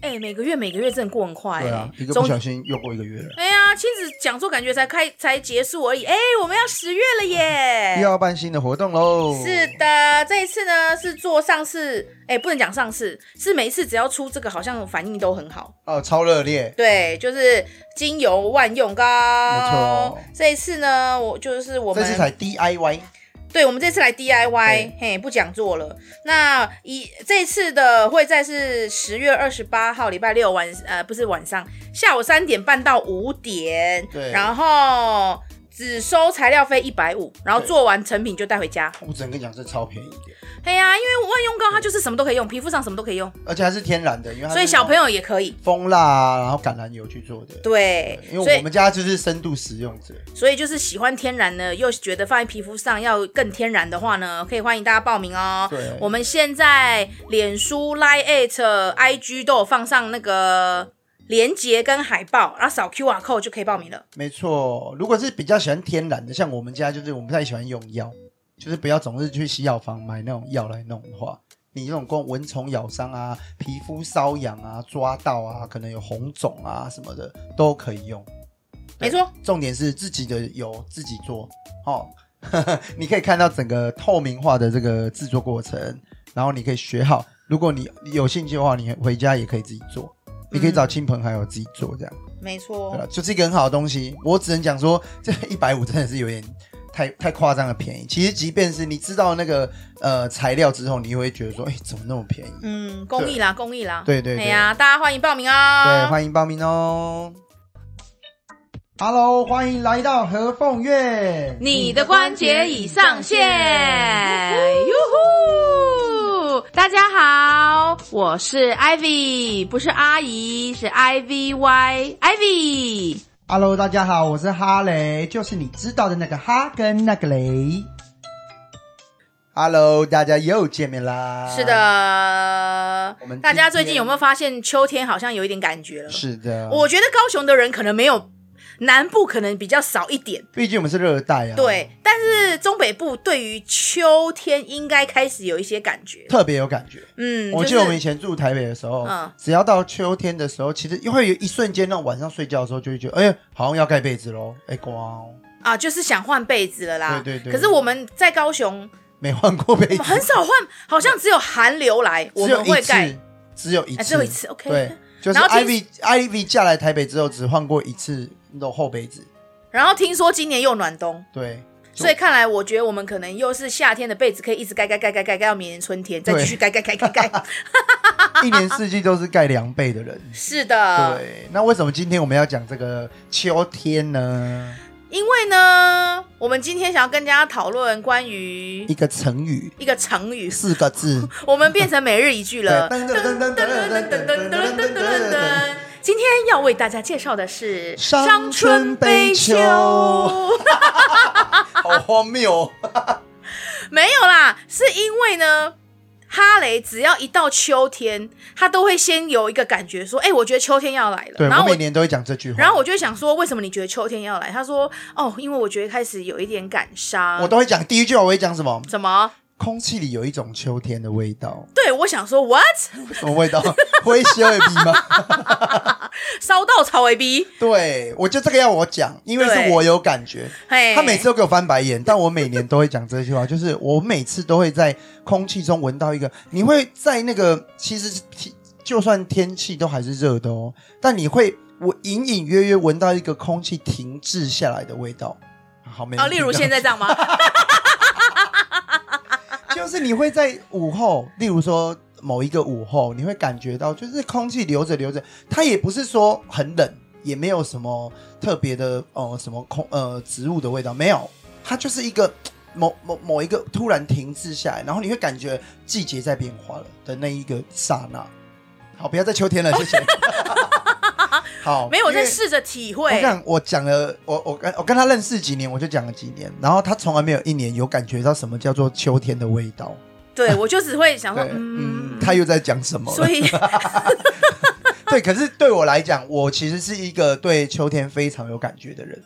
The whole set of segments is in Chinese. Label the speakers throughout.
Speaker 1: 哎、每个月每个月真的过很快、
Speaker 2: 对啊，
Speaker 1: 哎
Speaker 2: 一个不小心又过一个月了。
Speaker 1: 哎呀，亲子讲座感觉才开才结束而已，哎、我们要十月了
Speaker 2: 又
Speaker 1: 耶！
Speaker 2: 啊要办新的活动喽！
Speaker 1: 哎是的，这一次呢是做上次，哎、不能讲上次，是每一次只要出这个，好像反应都很好。
Speaker 2: 哦，超热烈，
Speaker 1: 对，就是精油万用膏。没
Speaker 2: 错
Speaker 1: 这一次呢，我就是我
Speaker 2: 这
Speaker 1: 们
Speaker 2: 次才 DIY
Speaker 1: 对，我们这次来 DIY，
Speaker 2: 对
Speaker 1: 嘿，不讲座了。那一这次的会在是十月二十八号礼拜六晚，呃，不是晚上，下午三点半到五点。
Speaker 2: 对
Speaker 1: 然后只收材料费一百五，然后
Speaker 2: 对
Speaker 1: 做完成品就带回家。
Speaker 2: 我只能跟你讲，这超便宜的，
Speaker 1: 嘿呀、因为万用膏它就是什么都可以用，皮肤上什么都可以用，
Speaker 2: 而且它是天然的，因为它
Speaker 1: 所以
Speaker 2: 是
Speaker 1: 小
Speaker 2: 那种
Speaker 1: 朋友也可以。
Speaker 2: 蜂蜡啊，然后橄榄油去做的。
Speaker 1: 对，
Speaker 2: 因
Speaker 1: 所
Speaker 2: 为我
Speaker 1: 以
Speaker 2: 们家就是深度使用者，
Speaker 1: 所以就是喜欢天然的，又觉得放在皮肤上要更天然的话呢，可以欢迎大家报名哦。
Speaker 2: 对
Speaker 1: 我们现在脸书、Line、at、IG 都有放上那个连接跟海报，然后扫 QR code 就可以报名了。
Speaker 2: 没错。如果是比较喜欢天然的，像我们家就是我们不太喜欢用药，就是不要总是去西药房买那种药来弄的话，你这种光蚊虫咬伤啊、皮肤瘙痒啊、抓到啊、可能有红肿啊什么的都可以用。
Speaker 1: 没错，
Speaker 2: 重点是自己的油自己做，哦， 你可以看到整个透明化的这个制作过程，然后你可以学好。如果你有兴趣的话，你回家也可以自己做，你可以找亲朋好友自己做，这样、
Speaker 1: 没
Speaker 2: 对吧
Speaker 1: 错，？
Speaker 2: 就是一个很好的东西。我只能讲说，这 一百五真的是有点太太夸张的便宜。其实即便是你知道那个呃材料之后，你也会觉得说，哎、怎么那么便宜？
Speaker 1: 嗯，公益啦，公益啦。
Speaker 2: 对对对
Speaker 1: 哎呀，大家欢迎报名
Speaker 2: 对，
Speaker 1: 哦。
Speaker 2: 欢迎报名哦。Hello，欢迎来到和凤月，
Speaker 1: 你的关节已上线，哟呼！大家好，我是 Ivy，不是阿姨，是 I V Y Ivy。
Speaker 2: Hello，大家好，我是哈雷，就是你知道的那个哈跟那个雷。Hello，大家又见面啦。
Speaker 1: 是，的
Speaker 2: 呃我们，
Speaker 1: 大家
Speaker 2: 今
Speaker 1: 最
Speaker 2: 天
Speaker 1: 近有没有发现秋天好像有一点感觉了？
Speaker 2: 是啊的，
Speaker 1: 我觉得高雄的人可能没有，南部可能比较少一点，
Speaker 2: 毕竟我们是热带啊，，
Speaker 1: 对。但是中北部对于秋天应该开始有一些感觉，
Speaker 2: 特别有感觉。
Speaker 1: 嗯，
Speaker 2: 我记
Speaker 1: 就
Speaker 2: 得我们以
Speaker 1: 是
Speaker 2: 前住台北的时候，
Speaker 1: 嗯
Speaker 2: 只要到秋天的时候，其实会有一瞬间，那种晚上睡觉的时候就会觉得，哎、好像要盖被子喽，哎、光哦
Speaker 1: 啊，就是想换被子了啦。
Speaker 2: 对对对
Speaker 1: 可是我们在高雄
Speaker 2: 没换过被
Speaker 1: 我
Speaker 2: 子
Speaker 1: 们，很少换，好像只有寒流来我
Speaker 2: 只有
Speaker 1: 们
Speaker 2: 一
Speaker 1: 会盖
Speaker 2: 次，，只有一
Speaker 1: 哎
Speaker 2: 次，
Speaker 1: 只有一次，OK
Speaker 2: 对，就是
Speaker 1: 然后
Speaker 2: Ivy Ivy 嫁来台北之后，只换过一次那种厚被子，
Speaker 1: 然后听说今年又暖冬。
Speaker 2: 对，
Speaker 1: 所以看来，我觉得我们可能又是夏天的被子，可以一直盖盖盖盖盖盖到明年春天，再继续盖盖盖盖盖。
Speaker 2: 一年四季都是盖凉被的人。
Speaker 1: 是的，
Speaker 2: 对，那为什么今天我们要讲这个秋天呢？
Speaker 1: 因为呢，我们今天想要跟大家讨论关于
Speaker 2: 一个成语，
Speaker 1: 一个成语，
Speaker 2: 四个字。
Speaker 1: 我们变成每日一句
Speaker 2: 对，
Speaker 1: 了。
Speaker 2: 噔噔噔噔噔噔噔噔噔噔噔噔。
Speaker 1: 今天要为大家介绍的是
Speaker 2: 伤春悲秋好荒谬哦！
Speaker 1: 没有啦，是因为呢，哈雷只要一到秋天，他都会先有一个感觉，说：“哎、我觉得秋天要来了。”
Speaker 2: 对
Speaker 1: 然
Speaker 2: 我
Speaker 1: 后
Speaker 2: 每
Speaker 1: 我
Speaker 2: 年都会讲这句话，
Speaker 1: 然后我就会想说，为什么你觉得秋天要来？他说：“哦，因为我觉得开始有一点感伤。”
Speaker 2: 我都会讲第一句话，我会讲什么？
Speaker 1: 什么？
Speaker 2: 空气里有一种秋天的味道，
Speaker 1: 对，我想说，what
Speaker 2: 什么味道？灰色的鼻吗？
Speaker 1: 烧到草为逼，
Speaker 2: 对，我就这个要我讲，因为
Speaker 1: 对
Speaker 2: 是我有感觉。
Speaker 1: 嘿，
Speaker 2: 他每次都给我翻白眼，但我每年都会讲这句话，就是我每次都会在空气中闻到一个，你会在那个其实就算天气都还是热的哦，但你会我隐隐约约闻到一个空气停滞下来的味道，好没？
Speaker 1: 哦，例如现在这样 吗？
Speaker 2: 就是你会在午后，例如说某一个午后，你会感觉到就是空气流着流着，它也不是说很冷，也没有什么特别的呃什么空呃植物的味道，没有，它就是一个某某某一个突然停滞下来，然后你会感觉季节在变化了的那一个刹那。好，不要再秋天了，谢谢。好，
Speaker 1: 没有，我
Speaker 2: 因为
Speaker 1: 在试着体
Speaker 2: 我
Speaker 1: 会。
Speaker 2: 讲，我讲了，我我跟我跟他认识几年，我就讲了几年，然后他从来没有一年有感觉到什么叫做秋天的味道。
Speaker 1: 对，我就只会想说
Speaker 2: 对，，嗯
Speaker 1: 嗯，，
Speaker 2: 他又在讲什么了？
Speaker 1: 所以
Speaker 2: 对，可是对我来讲，我其实是一个对秋天非常有感觉的人。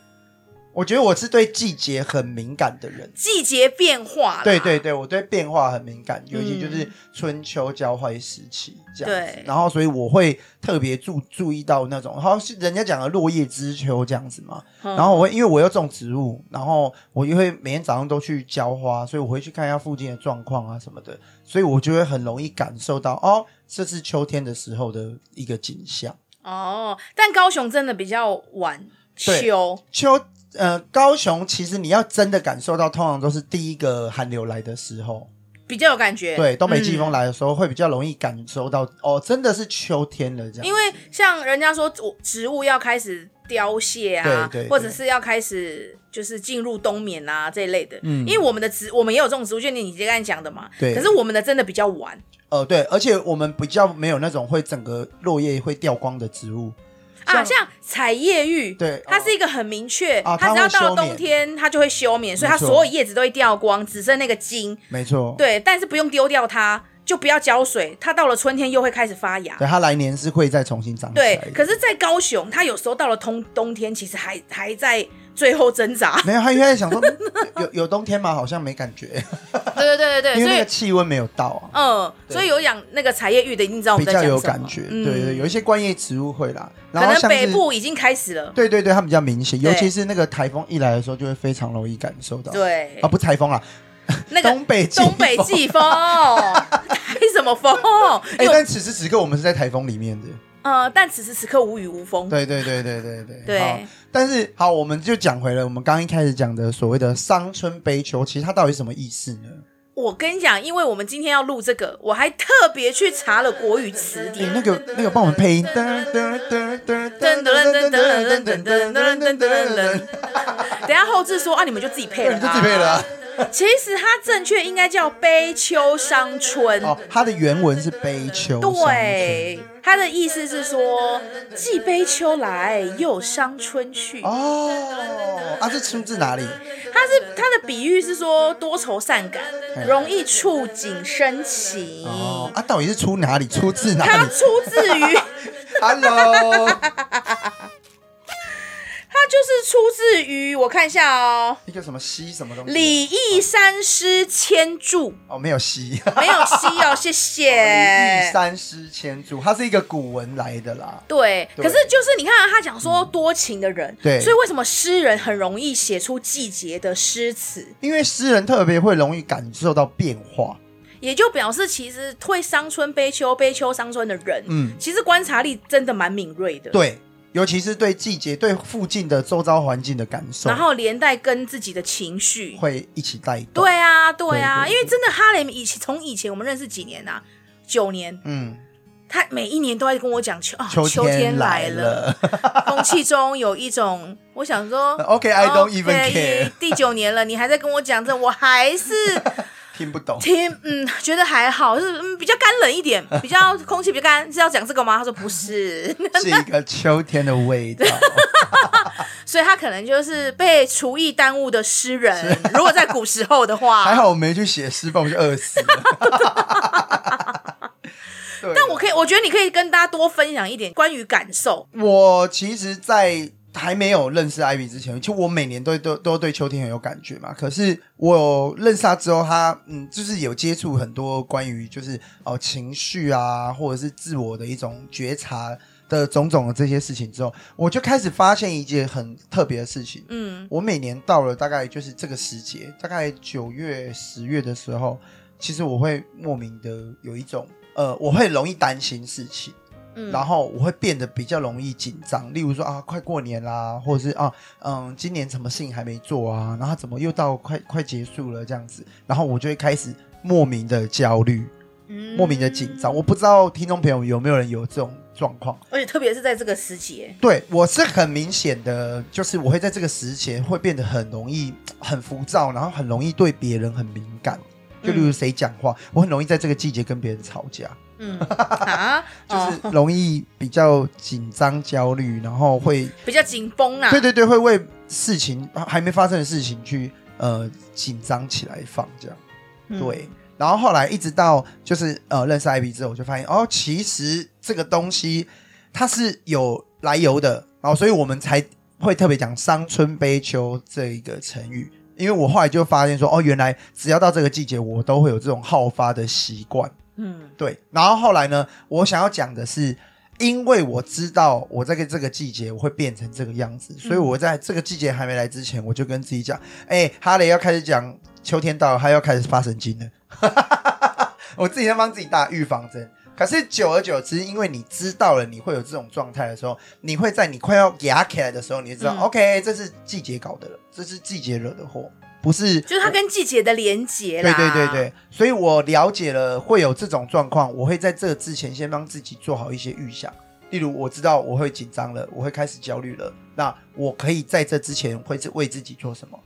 Speaker 2: 我觉得我是对季节很敏感的人。
Speaker 1: 季节变化啦，
Speaker 2: 对对对，我对变化很敏感，尤其就是春秋交换时期这样子。
Speaker 1: 嗯对
Speaker 2: 然后所以我会特别注注意到那种，好像是人家讲的落叶知秋这样子嘛。
Speaker 1: 嗯，
Speaker 2: 然后我会因为我要种植物，然后我就会每天早上都去浇花，所以我会去看一下附近的状况啊什么的，所以我就会很容易感受到哦，这是秋天的时候的一个景象。
Speaker 1: 哦，但高雄真的比较晚
Speaker 2: 对
Speaker 1: 秋，
Speaker 2: 秋呃，高雄其实你要真的感受到，通常都是第一个寒流来的时候，
Speaker 1: 比较有感觉。
Speaker 2: 对，东北季
Speaker 1: 嗯
Speaker 2: 风来的时候会比较容易感受到哦，真的是秋天了这样。
Speaker 1: 因为像人家说，我植物要开始凋谢啊，
Speaker 2: 对对对
Speaker 1: 或者是要开始就是进入冬眠啊这一类的。
Speaker 2: 嗯
Speaker 1: 因为我们的植，我们也有这种植物，就你你刚才讲的嘛。
Speaker 2: 对
Speaker 1: 可是我们的真的比较晚
Speaker 2: 呃，对，而且我们比较没有那种会整个落叶会掉光的植物，
Speaker 1: 啊，
Speaker 2: 像
Speaker 1: 像彩叶玉，
Speaker 2: 对
Speaker 1: 它是
Speaker 2: 哦
Speaker 1: 一个很明确，
Speaker 2: 啊
Speaker 1: 它
Speaker 2: 它
Speaker 1: 只要
Speaker 2: 会
Speaker 1: 到了
Speaker 2: 休
Speaker 1: 冬
Speaker 2: 眠
Speaker 1: 天，它就会休眠，所以它
Speaker 2: 没错
Speaker 1: 所有叶子都会掉光，只剩那个茎。
Speaker 2: 没错，
Speaker 1: 对，但是不用丢掉它，就不要浇水，它到了春天又会开始发芽。
Speaker 2: 对，它来年是会再重新长起来
Speaker 1: 对
Speaker 2: 的。，
Speaker 1: 可是，在高雄，它有时候到了冬冬天，其实还还在最后挣 扎。
Speaker 2: 没有，他一开始想说嗯有有冬天嘛，好像没感觉，
Speaker 1: 对对对对对，
Speaker 2: 因为
Speaker 1: 所
Speaker 2: 那个
Speaker 1: 以
Speaker 2: 气温没有到啊，
Speaker 1: 嗯，
Speaker 2: 对
Speaker 1: 所以有养那个茶叶玉的，你知道我
Speaker 2: 比
Speaker 1: 们在讲
Speaker 2: 较
Speaker 1: 什么吗？
Speaker 2: 有感觉。
Speaker 1: 嗯
Speaker 2: 对对，有一些观叶植物会啦，然
Speaker 1: 可
Speaker 2: 后
Speaker 1: 能
Speaker 2: 像
Speaker 1: 北
Speaker 2: 是
Speaker 1: 部已经开始了。
Speaker 2: 对对对，它比较明显，
Speaker 1: 对
Speaker 2: 尤其是那个台风一来的时候，就会非常容易感受到。
Speaker 1: 对，
Speaker 2: 啊，不台风啦，
Speaker 1: 那个
Speaker 2: 东北季
Speaker 1: 东北
Speaker 2: 风。
Speaker 1: 季 风，台什么风？
Speaker 2: 哎、
Speaker 1: 因为
Speaker 2: 但此时此刻我们是在台风里面的。
Speaker 1: 呃，但此时此刻无雨无风。
Speaker 2: 对对对对对对。好
Speaker 1: 对，
Speaker 2: 但是好，我们就讲回了我们刚一开始讲的所谓的伤春悲秋，其实它到底是什么意思呢？
Speaker 1: 我跟你讲，因为我们今天要录这个，我还特别去查了国语词
Speaker 2: 你
Speaker 1: 典。
Speaker 2: 那个那个帮我们配音，噔噔噔噔噔噔噔噔噔噔噔噔噔噔噔，
Speaker 1: 等一下后置说啊，你们就自己配
Speaker 2: 对，
Speaker 1: 了
Speaker 2: 你就
Speaker 1: 啦。
Speaker 2: 自己配了啊。
Speaker 1: 其实它正确应该叫悲秋伤春。
Speaker 2: 哦，它的原文是悲秋，
Speaker 1: 对，它的意思是说，既悲秋来，又伤春去。
Speaker 2: 伤春。哦，啊，这出自哪里？
Speaker 1: 它是它的比喻是说多愁善感，
Speaker 2: 嗯
Speaker 1: 容易触景生情。
Speaker 2: 哦，啊，到底是出哪里？出自哪
Speaker 1: 它
Speaker 2: 里
Speaker 1: 出自于，
Speaker 2: ？Hello，
Speaker 1: 它就是出自于，我看一下哦，
Speaker 2: 一个什么西什么东西？
Speaker 1: 李义山诗千注，
Speaker 2: 哦，没有西。
Speaker 1: 没有西 哦，谢谢。
Speaker 2: 李义三诗千注，它是一个古文来的啦。
Speaker 1: 对，
Speaker 2: 对
Speaker 1: 可是就是你看、啊、他讲说多情的人，
Speaker 2: 对
Speaker 1: 所以为什么诗人很容易写出季节的诗词，
Speaker 2: 因为诗人特别会容易感受到变化，
Speaker 1: 也就表示其实会伤春悲秋、悲秋伤春的人，
Speaker 2: 嗯
Speaker 1: 其实观察力真的蛮敏锐的。，
Speaker 2: 对，尤其是对季节、对附近的周遭环境的感受
Speaker 1: 然，后连带跟自己的情绪。
Speaker 2: 会一起带动。
Speaker 1: 对啊，对啊，
Speaker 2: 对对
Speaker 1: 因为真的哈雷以前从以前我们认识几年啊，九年，
Speaker 2: 嗯，
Speaker 1: 他每一年都在跟我讲秋啊，秋
Speaker 2: 天
Speaker 1: 来了，
Speaker 2: 了。
Speaker 1: 空气中有一种，我想说
Speaker 2: OK，I don't even
Speaker 1: OK，
Speaker 2: care
Speaker 1: 第九年了，你还在跟我讲这，我还是
Speaker 2: 听不懂。
Speaker 1: 听， 嗯，觉得还好，是嗯比较干冷一 点，比较空气比较干，是要讲这个吗？他说不是，
Speaker 2: 是一个秋天的味道，
Speaker 1: 所以他可能就是被厨艺耽误的诗人。如果在古时候的话，
Speaker 2: 还。好我没去写诗，不然我就饿死了。 对
Speaker 1: 但我可以，我觉得你可以跟大家多分享一点关于感受。
Speaker 2: 我其实，在还没有认识艾比之前，就我每年都都都对秋天很有感觉嘛。可是我认识他之后，他嗯，就是有接触很多关于就是哦、情绪啊，或者是自我的一种觉察的种种的这些事情之后，我就开始发现一件很特别的事情。
Speaker 1: 嗯，
Speaker 2: 我每年到了大概就是这个时节，大概九月、十月的时候，其实我会莫名的有一种呃，我会容易担心事情。
Speaker 1: 嗯
Speaker 2: 然后我会变得比较容易紧张，例如说啊，快过年啦，或者是啊，嗯，今年什么事情还没做啊，然后怎么又到快快结束了这样子，然后我就会开始莫名的焦虑，
Speaker 1: 嗯
Speaker 2: 莫名的紧张。我不知道听众朋友有没有人有这种状况？
Speaker 1: 而且特别是在这个时节，
Speaker 2: 对我是很明显的，就是我会在这个时节会变得很容易很浮躁，然后很容易对别人很敏感。就例如谁讲话，我很容易在这个季节跟别人吵架。
Speaker 1: 嗯啊，
Speaker 2: 就是
Speaker 1: 哦、
Speaker 2: 容易比较紧张、焦虑，然后会，
Speaker 1: 比较紧绷啊。
Speaker 2: 对对对，会为事情还没发生的事情去呃紧张起来放这样，
Speaker 1: 嗯
Speaker 2: 对。然后后来一直到就是呃认识 IB 之后，我就发现哦，其实这个东西它是有来由的，然后所以我们才会特别讲“伤春悲秋”这一个成语，因为我后来就发现说，哦，原来只要到这个季节，我都会有这种好发的习惯。
Speaker 1: 嗯
Speaker 2: 对，然后后来呢，我想要讲的是，因为我知道我在这个季节我会变成这个样
Speaker 1: 嗯
Speaker 2: 子，所以我在这个季节还没来之前，我就跟自己讲，哎、哈雷要开始讲秋天到了，他要开始发神经了， 我自己在帮自己打预防针。可是久而久之，因为你知道了你会有这种状态的时候，你会在你快要压起来的时候，你就知道、
Speaker 1: 嗯
Speaker 2: OK，这是季节搞的了，这是季节惹的祸，不是
Speaker 1: 就是它跟季节的连结啦。
Speaker 2: 对对对对，所以我了解了会有这种状况，我会在这之前先帮自己做好一些预想。例如，我知道我会紧张了，我会开始焦虑了，那我可以在这之前会为自己做什么？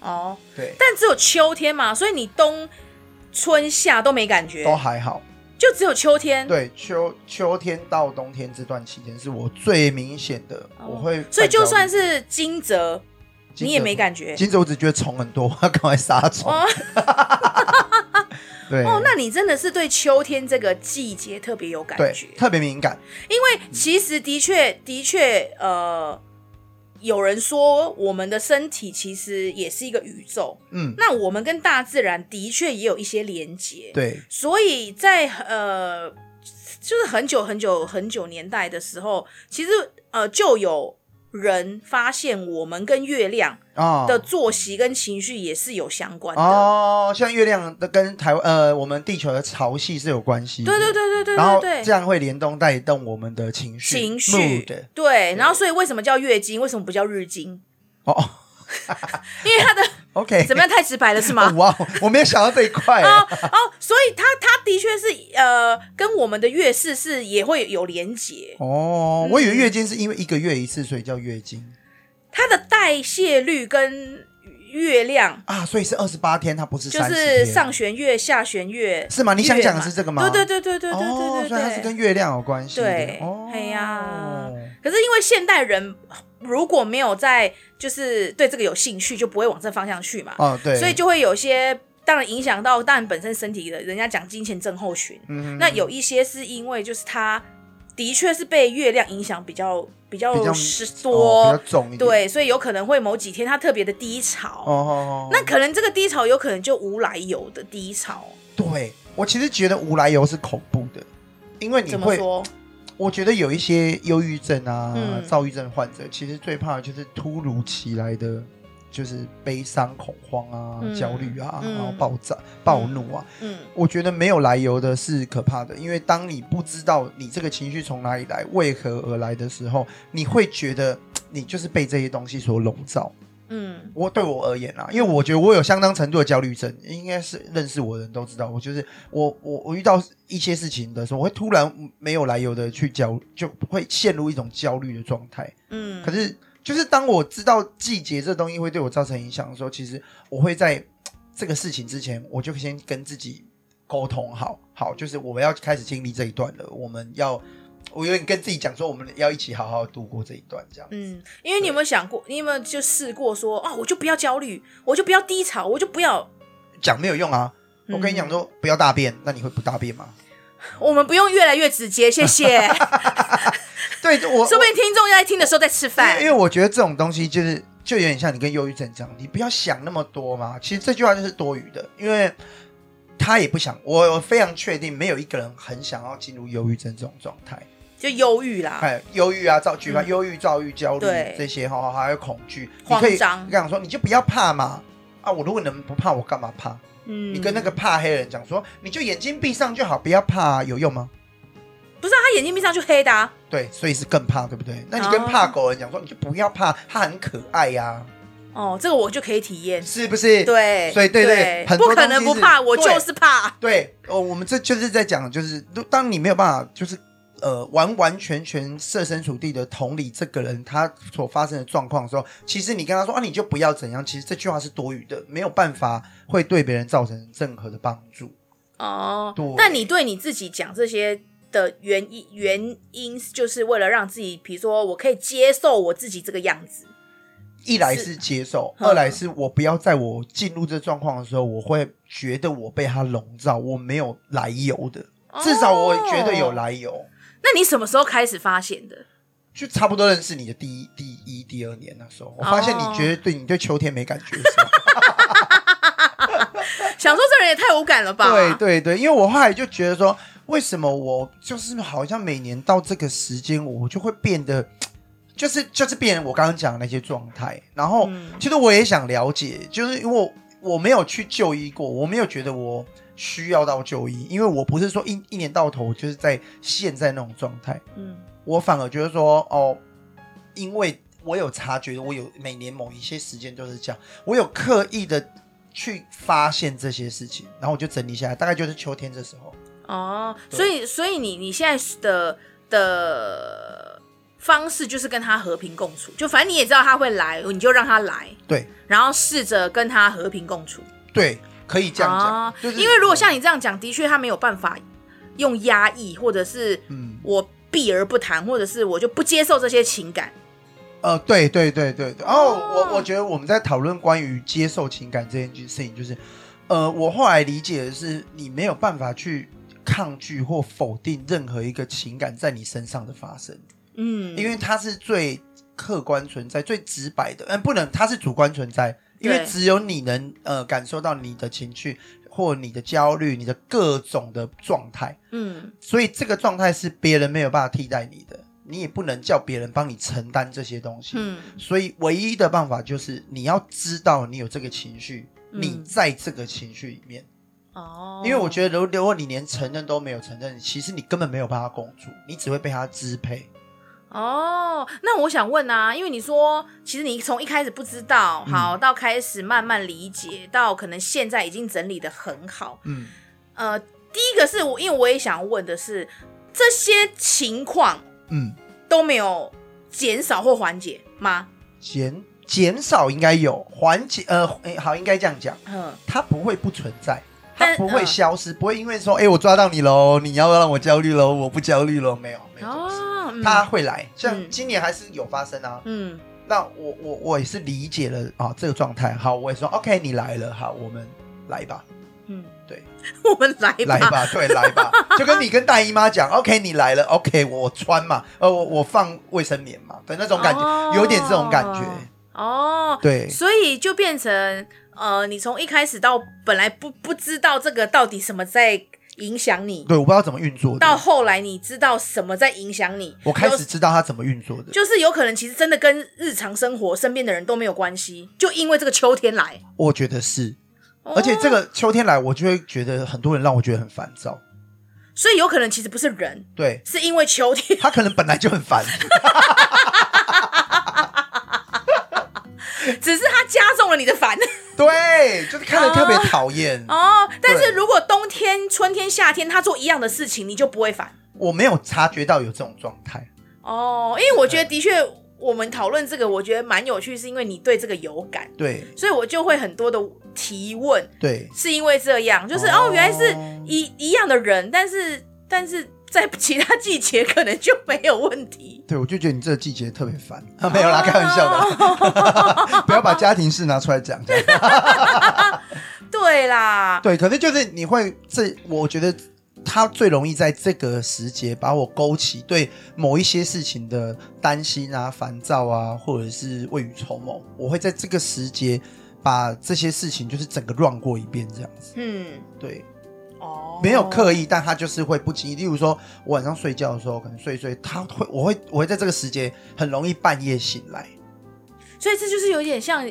Speaker 1: 哦，
Speaker 2: 对，
Speaker 1: 但只有秋天嘛，所以你冬、春夏都没感觉，
Speaker 2: 都还好。
Speaker 1: 就只有秋天。，
Speaker 2: 对，秋秋天到冬天这段期间是我最明显的，
Speaker 1: 哦
Speaker 2: 我会犯焦虑。
Speaker 1: 所以就算是惊蛰，
Speaker 2: 惊蛰
Speaker 1: 你也没感觉。
Speaker 2: 金子，我只觉得虫很多， 我要赶快杀虫。
Speaker 1: 哦
Speaker 2: 对，
Speaker 1: 哦，那你真的是对秋天这个季节特别有感
Speaker 2: 对
Speaker 1: 觉，
Speaker 2: 特别敏感。
Speaker 1: 因为其实的确的确，呃，有人说我们的身体其实也是一个宇宙，
Speaker 2: 嗯，
Speaker 1: 那我们跟大自然的确也有一些连结。
Speaker 2: 对，
Speaker 1: 所以在呃，就是很久很久很久年代的时候，其实呃就有人发现我们跟月亮
Speaker 2: 啊、
Speaker 1: 的作息跟情绪也是有相关的。
Speaker 2: 哦，像月亮的跟台湾呃，我们地球的潮汐是有关系的。
Speaker 1: 对对对对对
Speaker 2: 然后
Speaker 1: 对
Speaker 2: 这
Speaker 1: 对。
Speaker 2: 样会联动带动我们的情绪
Speaker 1: 情
Speaker 2: mood
Speaker 1: 绪对，然后所以为什么叫月经？为什么不叫日 经？
Speaker 2: 哦
Speaker 1: 因为它的
Speaker 2: ，OK，哦
Speaker 1: 怎么样太直白了是 吗？
Speaker 2: 哇，我没有想到这一块、
Speaker 1: 哦
Speaker 2: 啊，
Speaker 1: 哦，所以它它的确是呃，跟我们的月事是也会有连结，嗯
Speaker 2: 哦，我以为月经是因为一个月一次，所以叫月经
Speaker 1: 它的代谢率跟月亮
Speaker 2: 啊，所以是二十八天，它不是
Speaker 1: 就
Speaker 2: 30
Speaker 1: 是
Speaker 2: 天
Speaker 1: 上弦月、下弦月，
Speaker 2: 是吗？你想讲的是这个吗？
Speaker 1: 对对对对对对
Speaker 2: 哦，
Speaker 1: 对
Speaker 2: 所以它是
Speaker 1: 对对。
Speaker 2: 跟月亮有关系的。
Speaker 1: 对
Speaker 2: 哦，
Speaker 1: 嘿呀可是因为现代人如果没有在就是对这个有兴趣，就不会往这方向去嘛，
Speaker 2: 哦，对，
Speaker 1: 所以就会有些当然影响到，当然本身身体的，人家讲金钱症候群，
Speaker 2: 嗯
Speaker 1: 那有一些是因为就是他的确是被月亮影响比较比
Speaker 2: 比较
Speaker 1: 较是
Speaker 2: 哦比
Speaker 1: 多
Speaker 2: 较，重一点，
Speaker 1: 对，所以有可能会某几天他特别的低潮。
Speaker 2: 哦，哦哦，
Speaker 1: 那可能这个低潮有可能就无来由的低潮，
Speaker 2: 对我其实觉得无来由是恐怖的，因为你
Speaker 1: 怎么
Speaker 2: 会
Speaker 1: 说？
Speaker 2: 我觉得有一些忧郁症啊、
Speaker 1: 嗯
Speaker 2: 躁郁症患者，其实最怕的就是突如其来的，就是悲伤、恐慌啊、
Speaker 1: 嗯
Speaker 2: 焦虑啊，
Speaker 1: 嗯
Speaker 2: 然后爆炸、暴怒啊。
Speaker 1: 嗯，
Speaker 2: 我觉得没有来由的是可怕的，因为当你不知道你这个情绪从哪里来、为何而来的时候，你会觉得你就是被这些东西所笼罩。
Speaker 1: 嗯
Speaker 2: 我对我而言啊，因为我觉得我有相当程度的焦虑症，应该是认识我的人都知道。我就是我我我遇到一些事情的时候，我会突然没有来由的去焦，就会陷入一种焦虑的状态。
Speaker 1: 嗯，
Speaker 2: 可是就是当我知道季节这东西会对我造成影响的时候，其实我会在这个事情之前，我就先跟自己沟通好，好，就是我们要开始经历这一段了，我们要我有点跟自己讲说，我们要一起好好度过这一段，这样。
Speaker 1: 嗯，因为你有没有想过，你有没有就试过说啊，我就不要焦虑，我就不要低潮，我就不要。
Speaker 2: 讲没有用啊。
Speaker 1: 嗯
Speaker 2: 我跟你讲说不要大便，那你会不大便吗？
Speaker 1: 我们不用越来越直接，谢谢。
Speaker 2: 对，就我
Speaker 1: 说不定听众在听的时候在吃
Speaker 2: 我因为
Speaker 1: 饭
Speaker 2: 因。为我觉得这种东西就是就有点像你跟忧郁症这样，你不要想那么多嘛。其实这句话就是多余的，因为他也不想。我我非常确定，没有一个人很想要进入忧郁症这种状态。
Speaker 1: 就忧郁啦，
Speaker 2: 哎，忧郁啊，躁，举凡
Speaker 1: 嗯
Speaker 2: 忧郁、躁郁、焦虑
Speaker 1: 对
Speaker 2: 这些哈，还有恐惧，你
Speaker 1: 慌
Speaker 2: 可以
Speaker 1: 张
Speaker 2: 跟我说，你就不要怕嘛。啊，我如果能不怕，我干嘛怕？
Speaker 1: 嗯，
Speaker 2: 你跟那个怕黑人讲说，你就眼睛闭上就好，不要怕啊、有用吗？
Speaker 1: 不是、啊、他眼睛闭上就黑的、啊，
Speaker 2: 对，所以是更怕，对不对？那你跟怕狗人讲说，你就不要怕，它很可爱呀、
Speaker 1: 哦，这个我就可以体验，
Speaker 2: 是不是？，
Speaker 1: 对，
Speaker 2: 所以对对很多
Speaker 1: 不可能
Speaker 2: 东西
Speaker 1: 不
Speaker 2: 是
Speaker 1: 怕，我
Speaker 2: 对
Speaker 1: 就是怕，
Speaker 2: 对，哦，我们这就是在讲，就是当你没有办法，就是呃，完完全全设身处地的同理这个人他所发生的状况的时候，其实你跟他说啊，你就不要怎样，其实这句话是多余的，没有办法会对别人造成任何的帮助。
Speaker 1: 哦
Speaker 2: 对，
Speaker 1: 那你对你自己讲这些的原因，原因就是为了让自己，比如说我可以接受我自己这个样子，
Speaker 2: 一来是接受，
Speaker 1: 嗯
Speaker 2: 二来是我不要在我进入这状况的时候，我会觉得我被他笼罩，我没有来由的。至少我觉得有
Speaker 1: 哦
Speaker 2: 来由。
Speaker 1: 那你什么时候开始发现的？
Speaker 2: 就差不多认识你的第一、第一、第二年那时候，我发现
Speaker 1: 哦
Speaker 2: 你觉得对你对秋天没感觉的时候，
Speaker 1: 想说这人也太无感了 吧？
Speaker 2: 对对对，因为我后来就觉得说，为什么我就是好像每年到这个时间，我就会变得，就是就是变我刚刚讲的那些状态。然后、
Speaker 1: 嗯
Speaker 2: 其实我也想了解，就是因为我我没有去就医过，我没有觉得我需要到就医，因为我不是说一一年到头就是在现在那种状态。
Speaker 1: 嗯
Speaker 2: 我反而觉得说，哦，因为我有察觉，我有每年某一些时间都是这样，我有刻意的去发现这些事情，然后我就整理下来，大概就是秋天这时候。
Speaker 1: 哦，
Speaker 2: 对
Speaker 1: 所以所以你你现在的的方式就是跟他和平共处，就反正你也知道他会来，你就让他来，
Speaker 2: 对
Speaker 1: 然后试着跟他和平共处。
Speaker 2: 对，可以这样讲，
Speaker 1: 哦
Speaker 2: 就是
Speaker 1: 因为如果像你这样讲，的确他没有办法用压抑，或者是
Speaker 2: 嗯
Speaker 1: 我避而不谈，或者是我就不接受这些情感。
Speaker 2: 呃，对对对对对。然后
Speaker 1: 哦
Speaker 2: 我我觉得我们在讨论关于接受情感这件事情，就是，呃，我后来理解的是，你没有办法去抗拒或否定任何一个情感在你身上的发生。
Speaker 1: 嗯，
Speaker 2: 因为它是最客观存在、最直白的，嗯，不能，它是主观存在，因为
Speaker 1: 对
Speaker 2: 只有你能呃感受到你的情绪或你的焦虑、你的各种的状态，
Speaker 1: 嗯
Speaker 2: 所以这个状态是别人没有办法替代你的，你也不能叫别人帮你承担这些东西，
Speaker 1: 嗯
Speaker 2: 所以唯一的办法就是你要知道你有这个情绪，
Speaker 1: 嗯
Speaker 2: 你在这个情绪里面。
Speaker 1: 哦，
Speaker 2: 因为我觉得，如如果你连承认都没有承认，其实你根本没有办法共处，你只会被他支配。
Speaker 1: 哦，那我想问啊，因为你说，其实你从一开始不知道，
Speaker 2: 嗯
Speaker 1: 好，到开始慢慢理解，到可能现在已经整理的很好。
Speaker 2: 嗯
Speaker 1: 呃，第一个是我，因为我也想问的是，这些情况
Speaker 2: 嗯。
Speaker 1: 都没有减少或缓解吗？
Speaker 2: 减减少应该有缓解，呃，诶好，应该这样讲，
Speaker 1: 嗯，
Speaker 2: 它不会不存在，它
Speaker 1: 但嗯
Speaker 2: 不会消失，不会因为说，哎、我抓到你喽，你要让我焦虑喽，我不焦虑喽，没有，没有这种事，
Speaker 1: 哦，嗯
Speaker 2: 它会来，像
Speaker 1: 嗯
Speaker 2: 今年还是有发生啊。
Speaker 1: 嗯
Speaker 2: 那我我我也是理解了啊这个状态，好，我也说 OK，你来了，好，我们来吧，
Speaker 1: 嗯，
Speaker 2: 对，
Speaker 1: 我们来吧，
Speaker 2: 来吧，对，来 吧，就跟你跟大姨妈讲，OK，你来了，OK，我穿嘛，呃，我我放卫生棉嘛，对，那种感觉，
Speaker 1: 哦
Speaker 2: 有点这种感觉，
Speaker 1: 哦，
Speaker 2: 对，
Speaker 1: 所以就变成呃，你从一开始到本来不不知道这个到底什么在影响你，
Speaker 2: 对，我不知道怎么运作的。
Speaker 1: 到后来你知道什么在影响你，
Speaker 2: 我开
Speaker 1: 有
Speaker 2: 始知道它怎么运作的。
Speaker 1: 就是有可能其实真的跟日常生活身边的人都没有关系，就因为这个秋天来，
Speaker 2: 我觉得是，
Speaker 1: 哦
Speaker 2: 而且这
Speaker 1: 个，
Speaker 2: 个秋天来，我就会觉得很多人让我觉得很烦躁。
Speaker 1: 所以有可能其实不是人，
Speaker 2: 对
Speaker 1: 是因为秋天。
Speaker 2: 他可能本来就很烦，
Speaker 1: 只是它加重了你的烦
Speaker 2: 对，就是看着特别讨厌。
Speaker 1: 哦。但是
Speaker 2: 对
Speaker 1: 如果冬天、春天、夏天它做一样的事情，你就不会烦
Speaker 2: 我没有察觉到有这种状态。
Speaker 1: 哦。因为我觉得的确，我们讨论这个，我觉得蛮有趣，是因为你对这个有感，
Speaker 2: 对
Speaker 1: 所以我就会很多的提问，
Speaker 2: 对，
Speaker 1: 是因为这样，就是哦
Speaker 2: 哦
Speaker 1: 原来是一一样的人，但是但是在其他季节可能就没有问题。
Speaker 2: 对，我就觉得你这个季节特别烦。啊，没有
Speaker 1: 哦
Speaker 2: 啦，开玩笑的， 不要把家庭事拿出来讲。这样
Speaker 1: 对啦，
Speaker 2: 对，可是就是你会这，我觉得他最容易在这个时节把我勾起对某一些事情的担心啊、烦躁啊，或者是未雨绸缪。我会在这个时节把这些事情就是整个乱过一遍，这样子。
Speaker 1: 嗯，
Speaker 2: 对，
Speaker 1: 哦，
Speaker 2: 没有刻意，但他就是会不经意。例如说，我晚上睡觉的时候，可能睡一睡，他会，我会，我会在这个时节很容易半夜醒来。
Speaker 1: 所以这就是有点像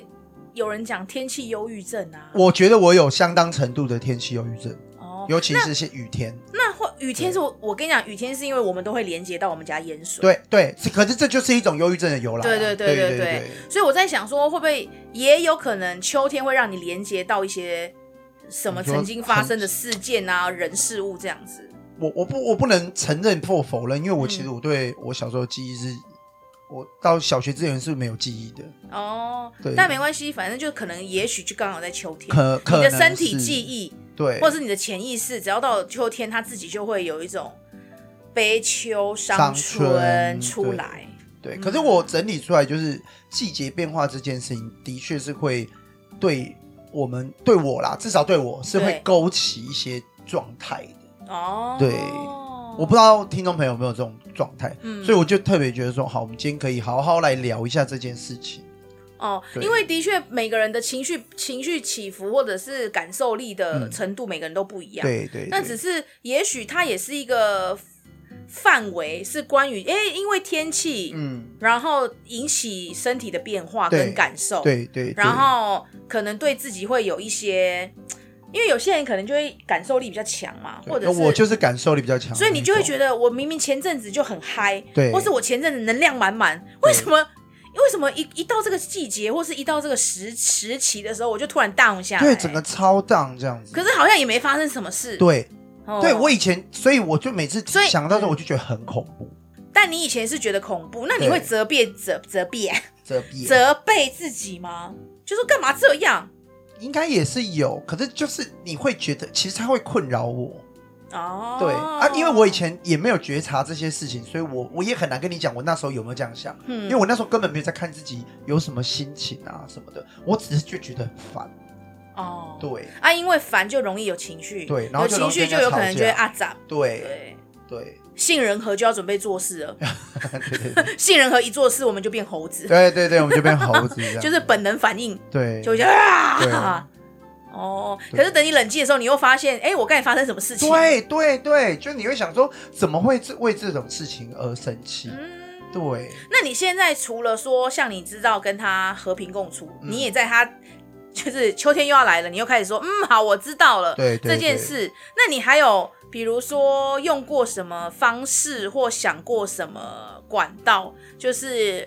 Speaker 1: 有人讲天气忧郁症啊。
Speaker 2: 我觉得我有相当程度的天气忧郁症，
Speaker 1: 哦，
Speaker 2: 尤其是些雨天。
Speaker 1: 那或雨天是我我跟你讲，雨天是因为我们都会连接到我们家淹水。
Speaker 2: 对对，是可是这就是一种忧郁症的由来啊、
Speaker 1: 对对对
Speaker 2: 对
Speaker 1: 对
Speaker 2: 对
Speaker 1: 对，所以我在想说，会不会也有可能秋天会让你连接到一些什么
Speaker 2: 你说
Speaker 1: 曾经发生的事件啊、人事物这样子？
Speaker 2: 我我不我不能承认或否认，因为我
Speaker 1: 嗯
Speaker 2: 其实我对我小时候的记忆是，我到小学之前是没有记忆的，
Speaker 1: 哦
Speaker 2: 对，
Speaker 1: 但没关系，反正就可能也许就刚好在秋天，
Speaker 2: 可可
Speaker 1: 你
Speaker 2: 能
Speaker 1: 的身体
Speaker 2: 是
Speaker 1: 记忆
Speaker 2: 对，
Speaker 1: 或者是你的潜意识，只要到秋天，它自己就会有一种悲秋伤春
Speaker 2: 伤春
Speaker 1: 出来。
Speaker 2: 对。可是我整理出来就是季节变化这件事情，的确是会对我们对我啦，至少对我是会
Speaker 1: 对
Speaker 2: 勾起一些状态的。
Speaker 1: 哦，
Speaker 2: 对我不知道听众朋友有没有这种状态，
Speaker 1: 嗯
Speaker 2: 所以我就特别觉得说，好，我们今天可以好好来聊一下这件事情。
Speaker 1: 哦，
Speaker 2: 对
Speaker 1: 因为的确每个人的情绪情绪起伏或者是感受力的程度，每个人都不一样。
Speaker 2: 嗯对对，
Speaker 1: 那
Speaker 2: 对
Speaker 1: 只是也许它也是一个范围，是关于哎、因为天气，
Speaker 2: 嗯，
Speaker 1: 然后引起身体的变化
Speaker 2: 对
Speaker 1: 跟感受，
Speaker 2: 对对，对
Speaker 1: 哦然后可能对自己会有一些，因为有些人可能就会感受力比较强嘛，
Speaker 2: 对
Speaker 1: 或者是
Speaker 2: 我就是感受力比较强的那种，
Speaker 1: 所以你就会觉得，我明明前阵子就很嗨，
Speaker 2: 对
Speaker 1: 或是我前阵子能量满满，为什么？为什么一一到这个季节，或是一到这个时时期的时候，我就突然 down 下来？
Speaker 2: 对整个，超荡这样子。
Speaker 1: 可是好像也没发生什么事。
Speaker 2: 对
Speaker 1: 哦
Speaker 2: 对，我以前，所以我就每次
Speaker 1: 所以嗯
Speaker 2: 想到这，我就觉得很恐怖，
Speaker 1: 但你以前是觉得恐怖，那你
Speaker 2: 对
Speaker 1: 会责备责责备啊
Speaker 2: 这边
Speaker 1: 责备自己吗？就说干嘛这样
Speaker 2: 应该也是有，可是就是你会觉得，其实它会困扰我。
Speaker 1: 哦？
Speaker 2: 对啊，因为我以前也没有觉察这些事情，所以我我也很难跟你讲我那时候有没有这样想，
Speaker 1: 嗯
Speaker 2: 因为我那时候根本没有在看自己有什么心情啊什么的，我只是就觉得很烦。
Speaker 1: 哦
Speaker 2: 对
Speaker 1: 啊，因为烦就容易有情绪，
Speaker 2: 对然后
Speaker 1: 有
Speaker 2: 就容
Speaker 1: 情
Speaker 2: 易
Speaker 1: 绪
Speaker 2: 跟
Speaker 1: 就
Speaker 2: 人家
Speaker 1: 有可能
Speaker 2: 吵
Speaker 1: 就会
Speaker 2: 架
Speaker 1: 啊咋
Speaker 2: 对
Speaker 1: 对。
Speaker 2: 对
Speaker 1: 杏仁核就要准备做事了，
Speaker 2: 对对对
Speaker 1: 杏仁核一做事，我们就变猴子，
Speaker 2: 对对对，我们就变猴子这样，
Speaker 1: 就是本能反应，
Speaker 2: 对
Speaker 1: 就会觉得 啊，哦。可是等你冷静的时候，你又发现，哎、我刚才发生什么事情？，
Speaker 2: 对对对，就你会想说怎么会这为这种事情而生气？
Speaker 1: 嗯。
Speaker 2: 对，
Speaker 1: 那你现在除了说像你知道跟他和平共处，
Speaker 2: 嗯
Speaker 1: 你也在他就是秋天又要来了，你又开始说，嗯，好，我知道了，
Speaker 2: 对对
Speaker 1: 这件事。那你还有比如说用过什么方式或想过什么管道，就是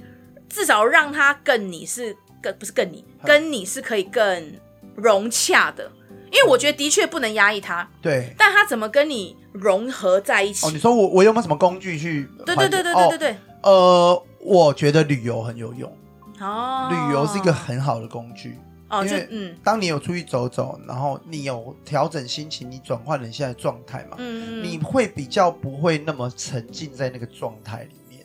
Speaker 1: 至少让他跟你是跟不是跟你
Speaker 2: 嗯
Speaker 1: 跟你是可以更融洽的，因为我觉得的确不能压抑他，
Speaker 2: 对。
Speaker 1: 但他怎么跟你融合在一起？
Speaker 2: 哦，你说我我有没有什么工具去缓解？
Speaker 1: 对对对对对对对，
Speaker 2: 哦呃，我觉得旅游很有用，
Speaker 1: 哦，
Speaker 2: 旅游是一个很好的工具。
Speaker 1: 哦，
Speaker 2: 因
Speaker 1: 就
Speaker 2: 为
Speaker 1: 嗯。
Speaker 2: 当你有出去走走，然后你有调整心情，你转换了一下状态嘛，
Speaker 1: 嗯，
Speaker 2: 你会比较不会那么沉浸在那个状态里面。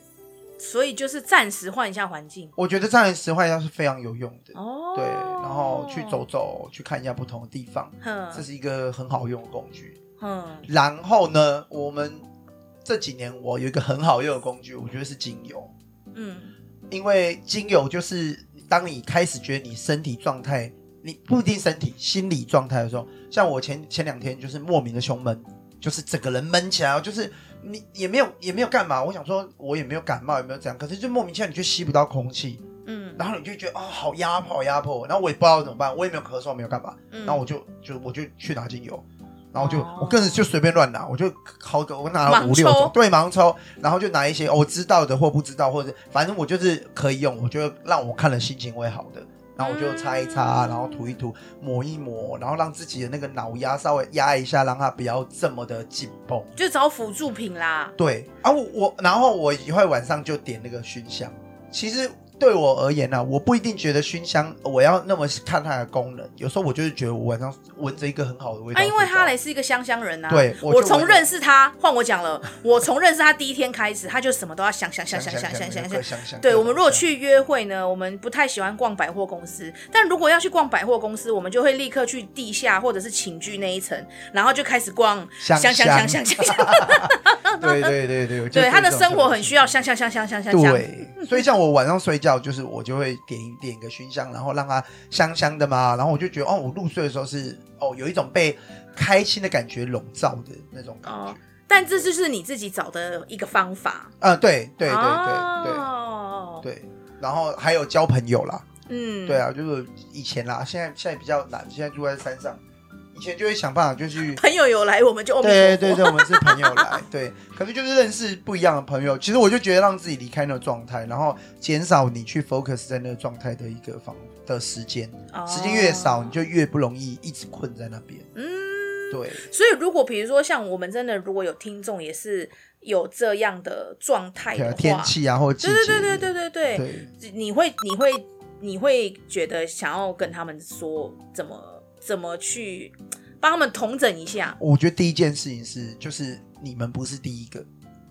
Speaker 1: 所以就是暂时换一下环境
Speaker 2: 我觉得这样的实话要是非常有用的，
Speaker 1: 哦，
Speaker 2: 对，然后去走，走，去看一下不同的地方，这
Speaker 1: 嗯
Speaker 2: 是一个很好用的工具。
Speaker 1: 嗯，
Speaker 2: 然后呢，我们这几年我有一个很好用的工具，我觉得是精油，
Speaker 1: 嗯，
Speaker 2: 因为精油就是当你开始觉得你身体状态，你不一定身体心理状态的时候，像我前前两天就是莫名的胸闷，就是整个人闷起来，就是你也没有也没有干嘛，我想说我也没有感冒，也没有怎样，可是就莫名其妙你就吸不到空气，
Speaker 1: 嗯
Speaker 2: 然后你就觉得哦好压迫，好压迫，然后我也不知道怎么办，我也没有咳嗽，没有干嘛，
Speaker 1: 嗯，
Speaker 2: 然后我就就我就去拿精油，然后我就、
Speaker 1: 哦
Speaker 2: 我个人就随便乱拿，我就好个我拿了
Speaker 1: 盲
Speaker 2: 五六
Speaker 1: 抽
Speaker 2: 种，对，盲抽，然后就拿一些、哦我知道的或不知道，或者反正我就是可以用，我觉得让我看了心情会好的。然后我就擦一擦，
Speaker 1: 嗯
Speaker 2: 然后涂一涂，抹一抹，然后让自己的那个脑压稍微压一下，让它不要这么的紧绷。
Speaker 1: 就找辅助品啦，
Speaker 2: 对啊，我我然后我一会晚上就点那个熏香。其实对我而言呢、啊，我不一定觉得熏香我要那么看它的功能，有时候我就是觉得我晚上闻着一个很好的味
Speaker 1: 啊，
Speaker 2: 道睡
Speaker 1: 因
Speaker 2: 着。
Speaker 1: 为他也是一个香香人啊，
Speaker 2: 对我
Speaker 1: 我
Speaker 2: 就
Speaker 1: 从
Speaker 2: 闻
Speaker 1: 认识他，换我讲了，我从认识他第一天开始，他就什么都要想想想想想想想想。
Speaker 2: 想想
Speaker 1: 对我们如果去约会呢，我们不太喜欢逛百货公司，但如果要去逛百货公司，我们就会立刻去地下或者是寝具那一层，然后就开始逛
Speaker 2: 香
Speaker 1: 香香香
Speaker 2: 香
Speaker 1: 香，
Speaker 2: 对对对对，我就
Speaker 1: 对他的
Speaker 2: 这种
Speaker 1: 生活很需要香香香香香香香，
Speaker 2: 对，所以像我晚上睡觉，就是我就会点一点一个熏香，然后让它香香的嘛，然后我就觉得哦，我入睡的时候是哦有一种被开心的感觉笼罩的那种感觉。
Speaker 1: 哦但这就是你自己找的一个方法。
Speaker 2: 啊，对对对对对
Speaker 1: 哦，
Speaker 2: 对，然后还有交朋友啦，
Speaker 1: 嗯，，
Speaker 2: 对，啊，就是以前啦，现在现在比较难，现在住在山上，以前就会想办法就去
Speaker 1: 朋友有来我们就
Speaker 2: 对对
Speaker 1: 对，
Speaker 2: 对，我们是朋友来，对，可是就是认识不一样的朋友，其实我就觉得让自己离开那个状态，然后减少你去 focus 在那个状态的一个方的时间，
Speaker 1: 哦
Speaker 2: 时间越少，你就越不容易一直困在那边，
Speaker 1: 嗯。
Speaker 2: 对，
Speaker 1: 所以，如果比如说像我们真的，如果有听众也是有这样的状态的话，
Speaker 2: 天气啊或者季
Speaker 1: 对
Speaker 2: 节，
Speaker 1: 对对对对对对，
Speaker 2: 对
Speaker 1: 你会你会你会觉得想要跟他们说怎么怎么去帮他们统整一下，
Speaker 2: 我觉得第一件事情是，就是你们不是第一个，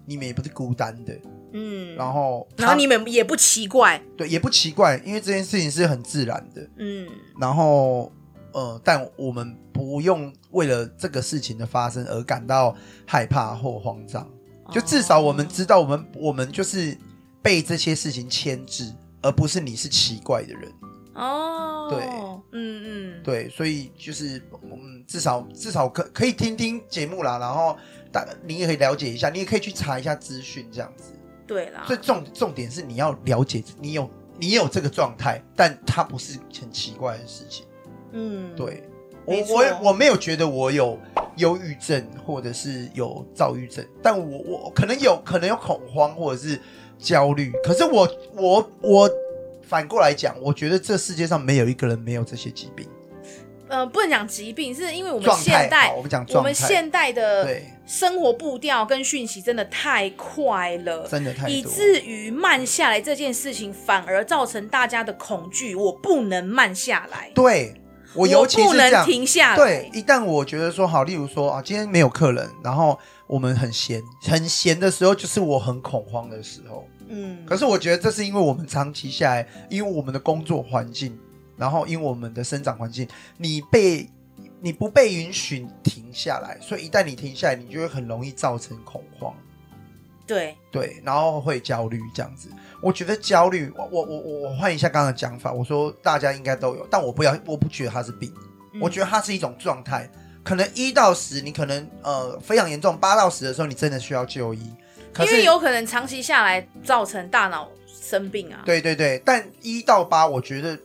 Speaker 2: 你们也不是孤单的。
Speaker 1: 嗯，
Speaker 2: 然后他，
Speaker 1: 然后你们也不奇怪，
Speaker 2: 对也不奇怪，因为这件事情是很自然的。
Speaker 1: 嗯
Speaker 2: 然后，呃，但我们不用为了这个事情的发生而感到害怕或慌张。就至少我们知道，我们我们就是被这些事情牵制，而不是你是奇怪的人。
Speaker 1: 哦，
Speaker 2: 对
Speaker 1: 嗯嗯，
Speaker 2: 对，所以就是嗯，至少至少可可以听听节目啦，然后大你也可以了解一下，你也可以去查一下资讯这样子。
Speaker 1: 对啦
Speaker 2: 最，重重点是你要了解你有你有这个状态，但它不是很奇怪的事情。
Speaker 1: 嗯，
Speaker 2: 对我
Speaker 1: 没错
Speaker 2: 我也我没有觉得我有忧郁症或者是有躁郁症，但我我可能有可能有恐慌或者是焦虑，可是我我我反过来讲，我觉得这世界上没有一个人没有这些疾病。
Speaker 1: 呃，不能讲疾病，是因为我们
Speaker 2: 状态
Speaker 1: 现代
Speaker 2: 好，我们讲
Speaker 1: 我
Speaker 2: 状态，
Speaker 1: 们现代的
Speaker 2: 对，
Speaker 1: 生活步调跟讯息真的太快了。
Speaker 2: 真的太
Speaker 1: 以
Speaker 2: 多。
Speaker 1: 至于慢下来这件事情，反而造成大家的恐惧。我不能慢下来，
Speaker 2: 对我
Speaker 1: 我
Speaker 2: 尤其
Speaker 1: 不
Speaker 2: 是这
Speaker 1: 能
Speaker 2: 样，
Speaker 1: 停下来。
Speaker 2: 对，，一旦我觉得说好，例如说啊，今天没有客人，然后我们很闲，很闲的时候就是我很恐慌的时候。
Speaker 1: 嗯，
Speaker 2: 可是我觉得这是因为我们长期下来，因为我们的工作环境，然后因为我们的生长环境，你被你不被允许停下来，所以一旦你停下来，你就会很容易造成恐慌。
Speaker 1: 对，
Speaker 2: 对，然后会焦虑这样子。我觉得焦虑，我我我我我换一下刚刚的讲法，我说大家应该都有，但我不要，我不觉得它是病，我觉
Speaker 1: 得
Speaker 2: 得它是一种状态。可能一到十，你可能呃非常严重，八到十的时候，你真的需要就医。可
Speaker 1: 因
Speaker 2: 是
Speaker 1: 为有可能长期下来造成大脑生病啊。
Speaker 2: 对对对，但一到八，我觉得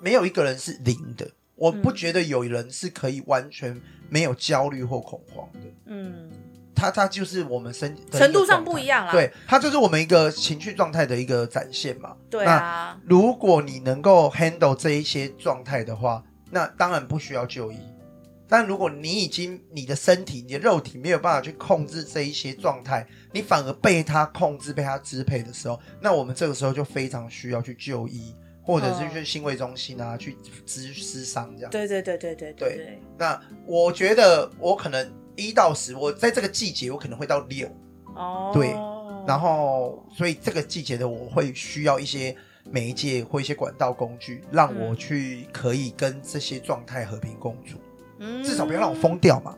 Speaker 2: 没有一个人是零的，我不
Speaker 1: 嗯
Speaker 2: 觉得有人是可以完全没有焦虑或恐慌的。
Speaker 1: 嗯，
Speaker 2: 它它就是我们身
Speaker 1: 程
Speaker 2: 的一个
Speaker 1: 度上
Speaker 2: 状
Speaker 1: 不
Speaker 2: 态
Speaker 1: 一样啦。
Speaker 2: 对，它就是我们一个情绪状态的一个展现嘛。
Speaker 1: 对啊，
Speaker 2: 如果你能够 handle 这一些状态的话，那当然不需要就医。但如果你已经你的身体、你的肉体没有办法去控制这一些状态，你反而被它控制、被它支配的时候，那我们这个时候就非常需要去就医，或者是
Speaker 1: 嗯
Speaker 2: 去心卫中心啊，去咨咨商这样。
Speaker 1: 对对对对对
Speaker 2: 对
Speaker 1: 对，
Speaker 2: 那我觉得我可能一到十，我在这个季节我可能会到六，
Speaker 1: 哦，
Speaker 2: 对然后，所以这个季节的我会需要一些媒介或一些管道工具，让我去可以跟这些状态和平共处，
Speaker 1: 嗯
Speaker 2: 至少不要让我。疯掉嘛。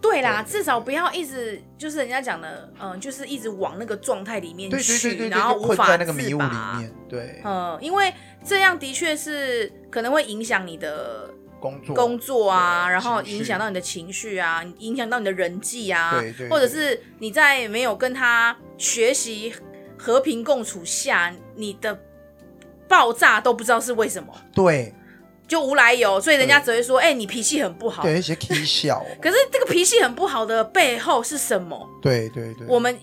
Speaker 1: 对啦，
Speaker 2: 对
Speaker 1: 至少不要一直就是人家讲的，嗯，就是一直往那个状态里面
Speaker 2: 对对对
Speaker 1: 去，
Speaker 2: 对对，
Speaker 1: 然后
Speaker 2: 就
Speaker 1: 嗯无
Speaker 2: 困
Speaker 1: 法
Speaker 2: 在那个迷
Speaker 1: 自
Speaker 2: 雾
Speaker 1: 拔
Speaker 2: 里面。对，
Speaker 1: 嗯，因为这样的确是可能会影响你的
Speaker 2: 工作
Speaker 1: 工作啊，
Speaker 2: 对
Speaker 1: 然后
Speaker 2: 情绪
Speaker 1: 影响到你的情绪啊，影响到你的人际啊，
Speaker 2: 对对，
Speaker 1: 或者
Speaker 2: 对
Speaker 1: 是你在没有跟他学习和平共处下，你的爆炸都不知道是为什么，
Speaker 2: 对
Speaker 1: 就无来由，所以人家只
Speaker 2: 对
Speaker 1: 会说：“哎、你脾气很不好。”
Speaker 2: 对一些 K 笑，
Speaker 1: 可是这个脾气很不好的背后是什么？
Speaker 2: 对对对，
Speaker 1: 我们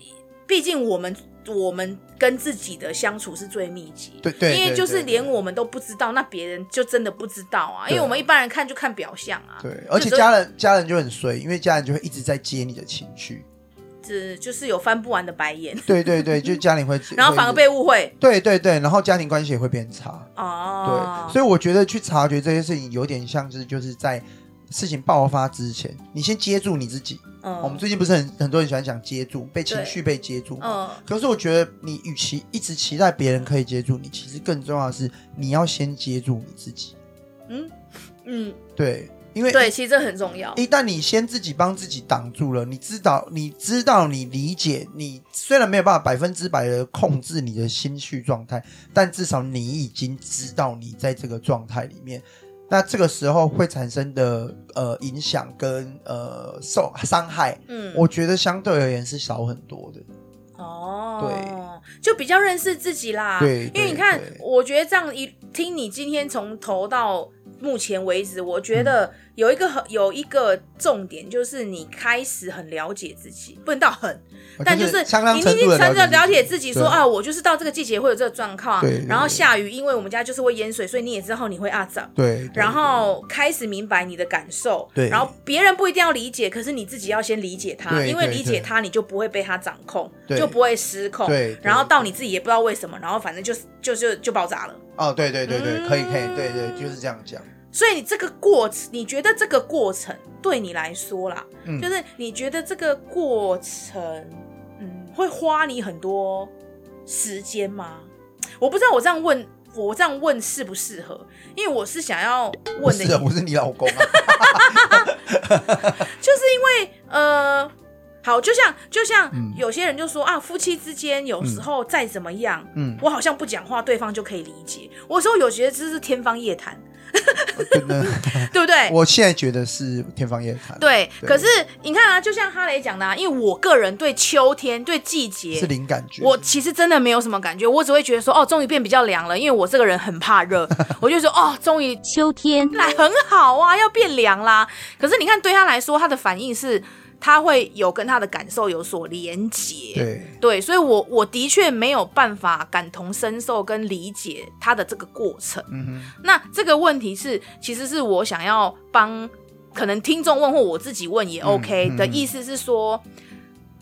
Speaker 1: 毕竟我们我们跟自己的相处是最密集，
Speaker 2: 对对，
Speaker 1: 因为
Speaker 2: 对
Speaker 1: 就是
Speaker 2: 对
Speaker 1: 连我们都不知道，那别人就真的不知道啊。因为
Speaker 2: 对
Speaker 1: 我们一般人看就看表象啊，
Speaker 2: 对，而且
Speaker 1: 有时候
Speaker 2: 家人家人就很衰，因为家人就会一直在接你的情绪，
Speaker 1: 只就是有翻不完的白眼，
Speaker 2: 对 对对，就家里会，
Speaker 1: 然后反而
Speaker 2: 会一直
Speaker 1: 被误会
Speaker 2: 对对对，然后家庭关系也会变差。
Speaker 1: 哦
Speaker 2: 对，。所以我觉得去察觉这些事情，有点像是就是在事情爆发之前，你先接住你自己。
Speaker 1: 以嗯
Speaker 2: 我们最近不是很很多人喜欢讲接住，被情绪被接住吗。
Speaker 1: 嗯
Speaker 2: 可是我觉得，你与其一直期待别人可以接住你，其实更重要的是你要先接住你自己。
Speaker 1: 嗯，
Speaker 2: 对，因为
Speaker 1: 对，其实这很重要。
Speaker 2: 一旦你先自己帮自己挡住了，你知道，你知道，你理解，你虽然没有办法百分之百的控制你的心绪状态，但至少你已经知道你在这个状态里面。那这个时候会产生的呃影响跟呃受伤害，
Speaker 1: 嗯，
Speaker 2: 我觉得相对而言是少很多的。
Speaker 1: 哦，对，就比较认识自己啦。
Speaker 2: 对
Speaker 1: 因为
Speaker 2: 对
Speaker 1: 你看
Speaker 2: 对，
Speaker 1: 我觉得这样一听你今天从头到目前为止，我觉
Speaker 2: 嗯
Speaker 1: 得有一个很有一个重点，就是你开始很了解自己，不能到很，但就是
Speaker 2: 哦相当
Speaker 1: 你已
Speaker 2: 程度
Speaker 1: 经
Speaker 2: 的
Speaker 1: 真的了
Speaker 2: 解
Speaker 1: 解
Speaker 2: 自
Speaker 1: 自己，
Speaker 2: 对
Speaker 1: 说啊，我就是到这个季节会有这个状况
Speaker 2: 对对，
Speaker 1: 然后
Speaker 2: 对
Speaker 1: 下雨，因为我们家就是会淹水，所以你也知道你会啊涨。
Speaker 2: 对，对
Speaker 1: 然后开始明白你的感受，
Speaker 2: 对
Speaker 1: 然后别人不一定要理解，可是你自己要先理解他，
Speaker 2: 对
Speaker 1: 因为
Speaker 2: 对
Speaker 1: 理解他，你就不会被他掌控，
Speaker 2: 对
Speaker 1: 就不会失控，
Speaker 2: 对对
Speaker 1: 然后到你自己也不知道为什么，然后反正就是就就就爆炸了。
Speaker 2: 哦，对对对对，
Speaker 1: 嗯
Speaker 2: 可以可以，对对，就是这样讲。
Speaker 1: 所以你这个过程，你觉得这个过程对你来说啦，
Speaker 2: 嗯
Speaker 1: 就是你觉得这个过程，嗯，会花你很多时间吗？我不知道我这样问，我这样问适不适合？因为我是想要问的
Speaker 2: 啊是的，我是你老公啊。
Speaker 1: 就是因为呃，好，就像就像
Speaker 2: 嗯
Speaker 1: 有些人就说、啊，夫妻之间有时候再怎么样，
Speaker 2: 嗯，
Speaker 1: 我好像不讲话，对方就可以理解。我说有觉得这是天方夜谭，
Speaker 2: 真的，
Speaker 1: 对不对？
Speaker 2: 嗯我现在觉得是天方夜谭，，
Speaker 1: 对，
Speaker 2: 对
Speaker 1: 可是你看啊，就像哈雷讲的、啊，因为我个人对秋天、对季
Speaker 2: 是
Speaker 1: 节，
Speaker 2: 零感觉。
Speaker 1: 我其实真的没有什么感觉，我只会觉得说，哦，终于变比较凉了，因为我这个人很怕 热，我就说，哦，终于
Speaker 3: 秋天，
Speaker 1: 来很好啊，要变凉啦。可是你看，对他来说，他的反应是，他会有跟他的感受有所连结。
Speaker 2: 对，
Speaker 1: 对，所以我我的确没有办法感同身受跟理解他的这个过程。
Speaker 2: 嗯哼，
Speaker 1: 那这个问题是，其实是我想要帮可能听众问或我自己问也 OK、
Speaker 2: 嗯嗯
Speaker 1: 的意思是说，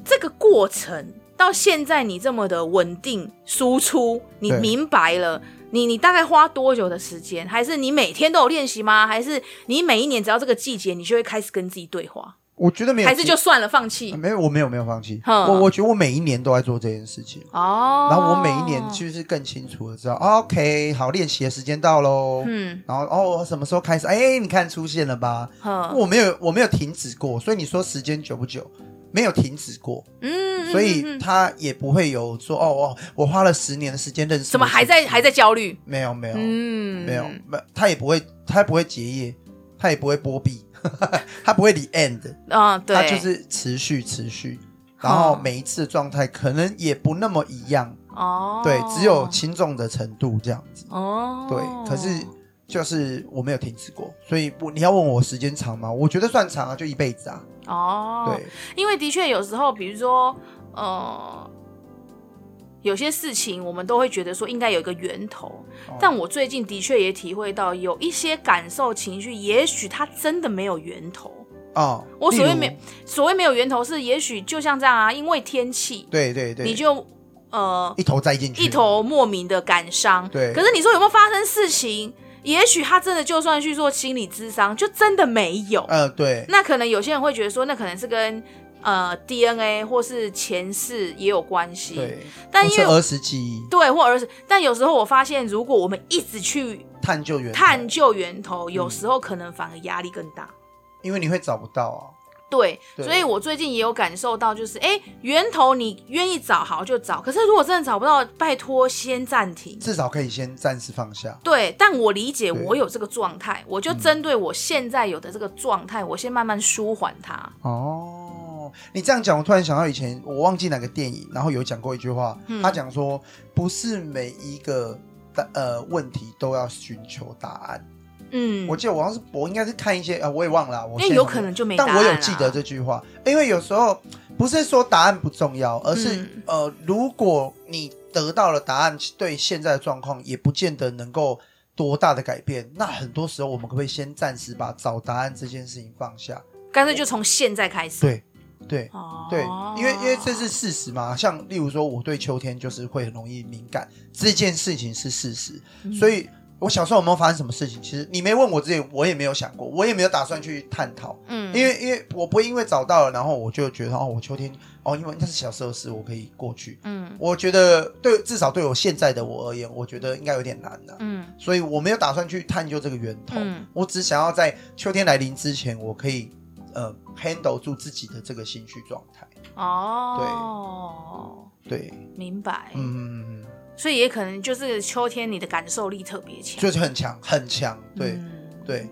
Speaker 1: 这个过程到现在你这么的稳定输出，你
Speaker 2: 对
Speaker 1: 明白了。你你大概花多久的时间？还是你每天都有练习吗？还是你每一年只要这个季节，你就会开始跟自己对话？
Speaker 2: 我觉得没有，嗯
Speaker 1: 还是就算了，放弃？
Speaker 2: 没有，我没有没有放弃。
Speaker 1: 哼
Speaker 2: 我我觉得我每一年都在做这件事情，
Speaker 1: 哦，
Speaker 2: 然后我每一年就是更清楚的知道、哦 OK，好，练习的时间到喽。
Speaker 1: 嗯，
Speaker 2: 然后哦，什么时候开始？哎，你看出现了吧？
Speaker 1: 哼
Speaker 2: 我没有，我没有停止过，所以你说时间久不久，没有停止过，
Speaker 1: 嗯，嗯
Speaker 2: 所
Speaker 1: 嗯
Speaker 2: 以
Speaker 1: 嗯
Speaker 2: 他也不会有说哦，我我花了十年的时间认识，
Speaker 1: 怎么还在还在？焦虑？
Speaker 2: 没有没有、
Speaker 1: 嗯，
Speaker 2: 没有，没有他也不会，他不会结业，他也不会波比， 他不会 the end，
Speaker 1: 啊，对，嗯
Speaker 2: 他就是持续持续，然后每一次的状态可能也不那么一样，
Speaker 1: 哦，
Speaker 2: 对，只有轻重的程度这样子，
Speaker 1: 哦，
Speaker 2: 对，可是。就是我没有停止过，所以不，你要问我时间长吗？我觉得算长啊，就一辈子啊。
Speaker 1: 哦，
Speaker 2: 对，
Speaker 1: 因为的确有时候，比如说，呃，有些事情我们都会觉得说应该有一个源头，
Speaker 2: 哦
Speaker 1: 但我最近的确也体会到，有一些感受、情绪，也许它真的没有源头。
Speaker 2: 哦，
Speaker 1: 我所谓
Speaker 2: 例如
Speaker 1: 没，所谓没有源头是，也许就像这样啊，因为天气，
Speaker 2: 对对对，
Speaker 1: 你就呃
Speaker 2: 一头栽进去，
Speaker 1: 一头莫名的感伤。
Speaker 2: 对
Speaker 1: 可是你说有没有发生事情？也许他真的就算去做心理咨商，就真的没有。
Speaker 2: 呃，对，
Speaker 1: 那可能有些人会觉得说，那可能是跟呃 DNA 或是前世也有关系。，
Speaker 2: 对，
Speaker 1: 但
Speaker 2: 或
Speaker 1: 因
Speaker 2: 是
Speaker 1: 为
Speaker 2: 儿时记忆
Speaker 1: 对或儿子，但有时候我发现，如果我们一直去
Speaker 2: 探究源头
Speaker 1: 探，究源头，
Speaker 2: 嗯
Speaker 1: 有时候可能反而压力更大。
Speaker 2: 因为你会找不到啊。
Speaker 1: 对，
Speaker 2: 对
Speaker 1: 所以我最近也有感受到，就是哎、诶源头你愿意找好就找，可是如果真的找不到，拜托先暂停。
Speaker 2: 至少可以先暂时放下。
Speaker 1: 对，但我理解
Speaker 2: 对嗯
Speaker 1: 我有这个状态，我就针对我现在有的这个状态，我先慢慢舒缓它。
Speaker 2: 哦，你这样讲，我突然想到以前我忘记哪个电影，然后有讲过一句话，
Speaker 1: 嗯
Speaker 2: 他讲说，不是每一个的呃问题都要寻求答案。
Speaker 1: 嗯，
Speaker 2: 我记得我好像是我应该是看一些呃，我也忘了啊，我
Speaker 1: 因为
Speaker 2: 现
Speaker 1: 有
Speaker 2: 在
Speaker 1: 可能就没答
Speaker 2: 但
Speaker 1: 案
Speaker 2: 我有
Speaker 1: 啦
Speaker 2: 记得这句话，因为有时候不是说答案不重要，而是、
Speaker 1: 嗯
Speaker 2: 呃，如果你得到了答案，对现在的状况也不见得能够多大的改变。那很多时候，我们可不可以先暂时把找答案这件事情放下？
Speaker 1: 干脆就从现在开始。
Speaker 2: 对，对。
Speaker 1: 哦，
Speaker 2: 对，因为因为这是事实嘛，像例如说，我对秋天就是会很容易敏感，这件事情是事实，
Speaker 1: 嗯
Speaker 2: 所以我小时候有没有发生什么事情，其实你没问我之前，我也没有想过，我也没有打算去探讨，
Speaker 1: 嗯，
Speaker 2: 因为因为我不会因为找到了，然后我就觉得哦，我秋天哦，因为那是小时候的事，我可以过去。
Speaker 1: 嗯
Speaker 2: 我觉得对，至少对我现在的我而言，我觉得应该有点难了、
Speaker 1: 嗯
Speaker 2: 所以我没有打算去探究这个源头，
Speaker 1: 嗯
Speaker 2: 我只想要在秋天来临之前，我可以呃 handle 住自己的这个心绪状态。
Speaker 1: 哦，
Speaker 2: 对，
Speaker 1: 明白。
Speaker 2: 嗯，
Speaker 1: 所以也可能就是秋天你的感受力特别强。
Speaker 2: 就是很强，很强，对、
Speaker 1: 嗯
Speaker 2: 对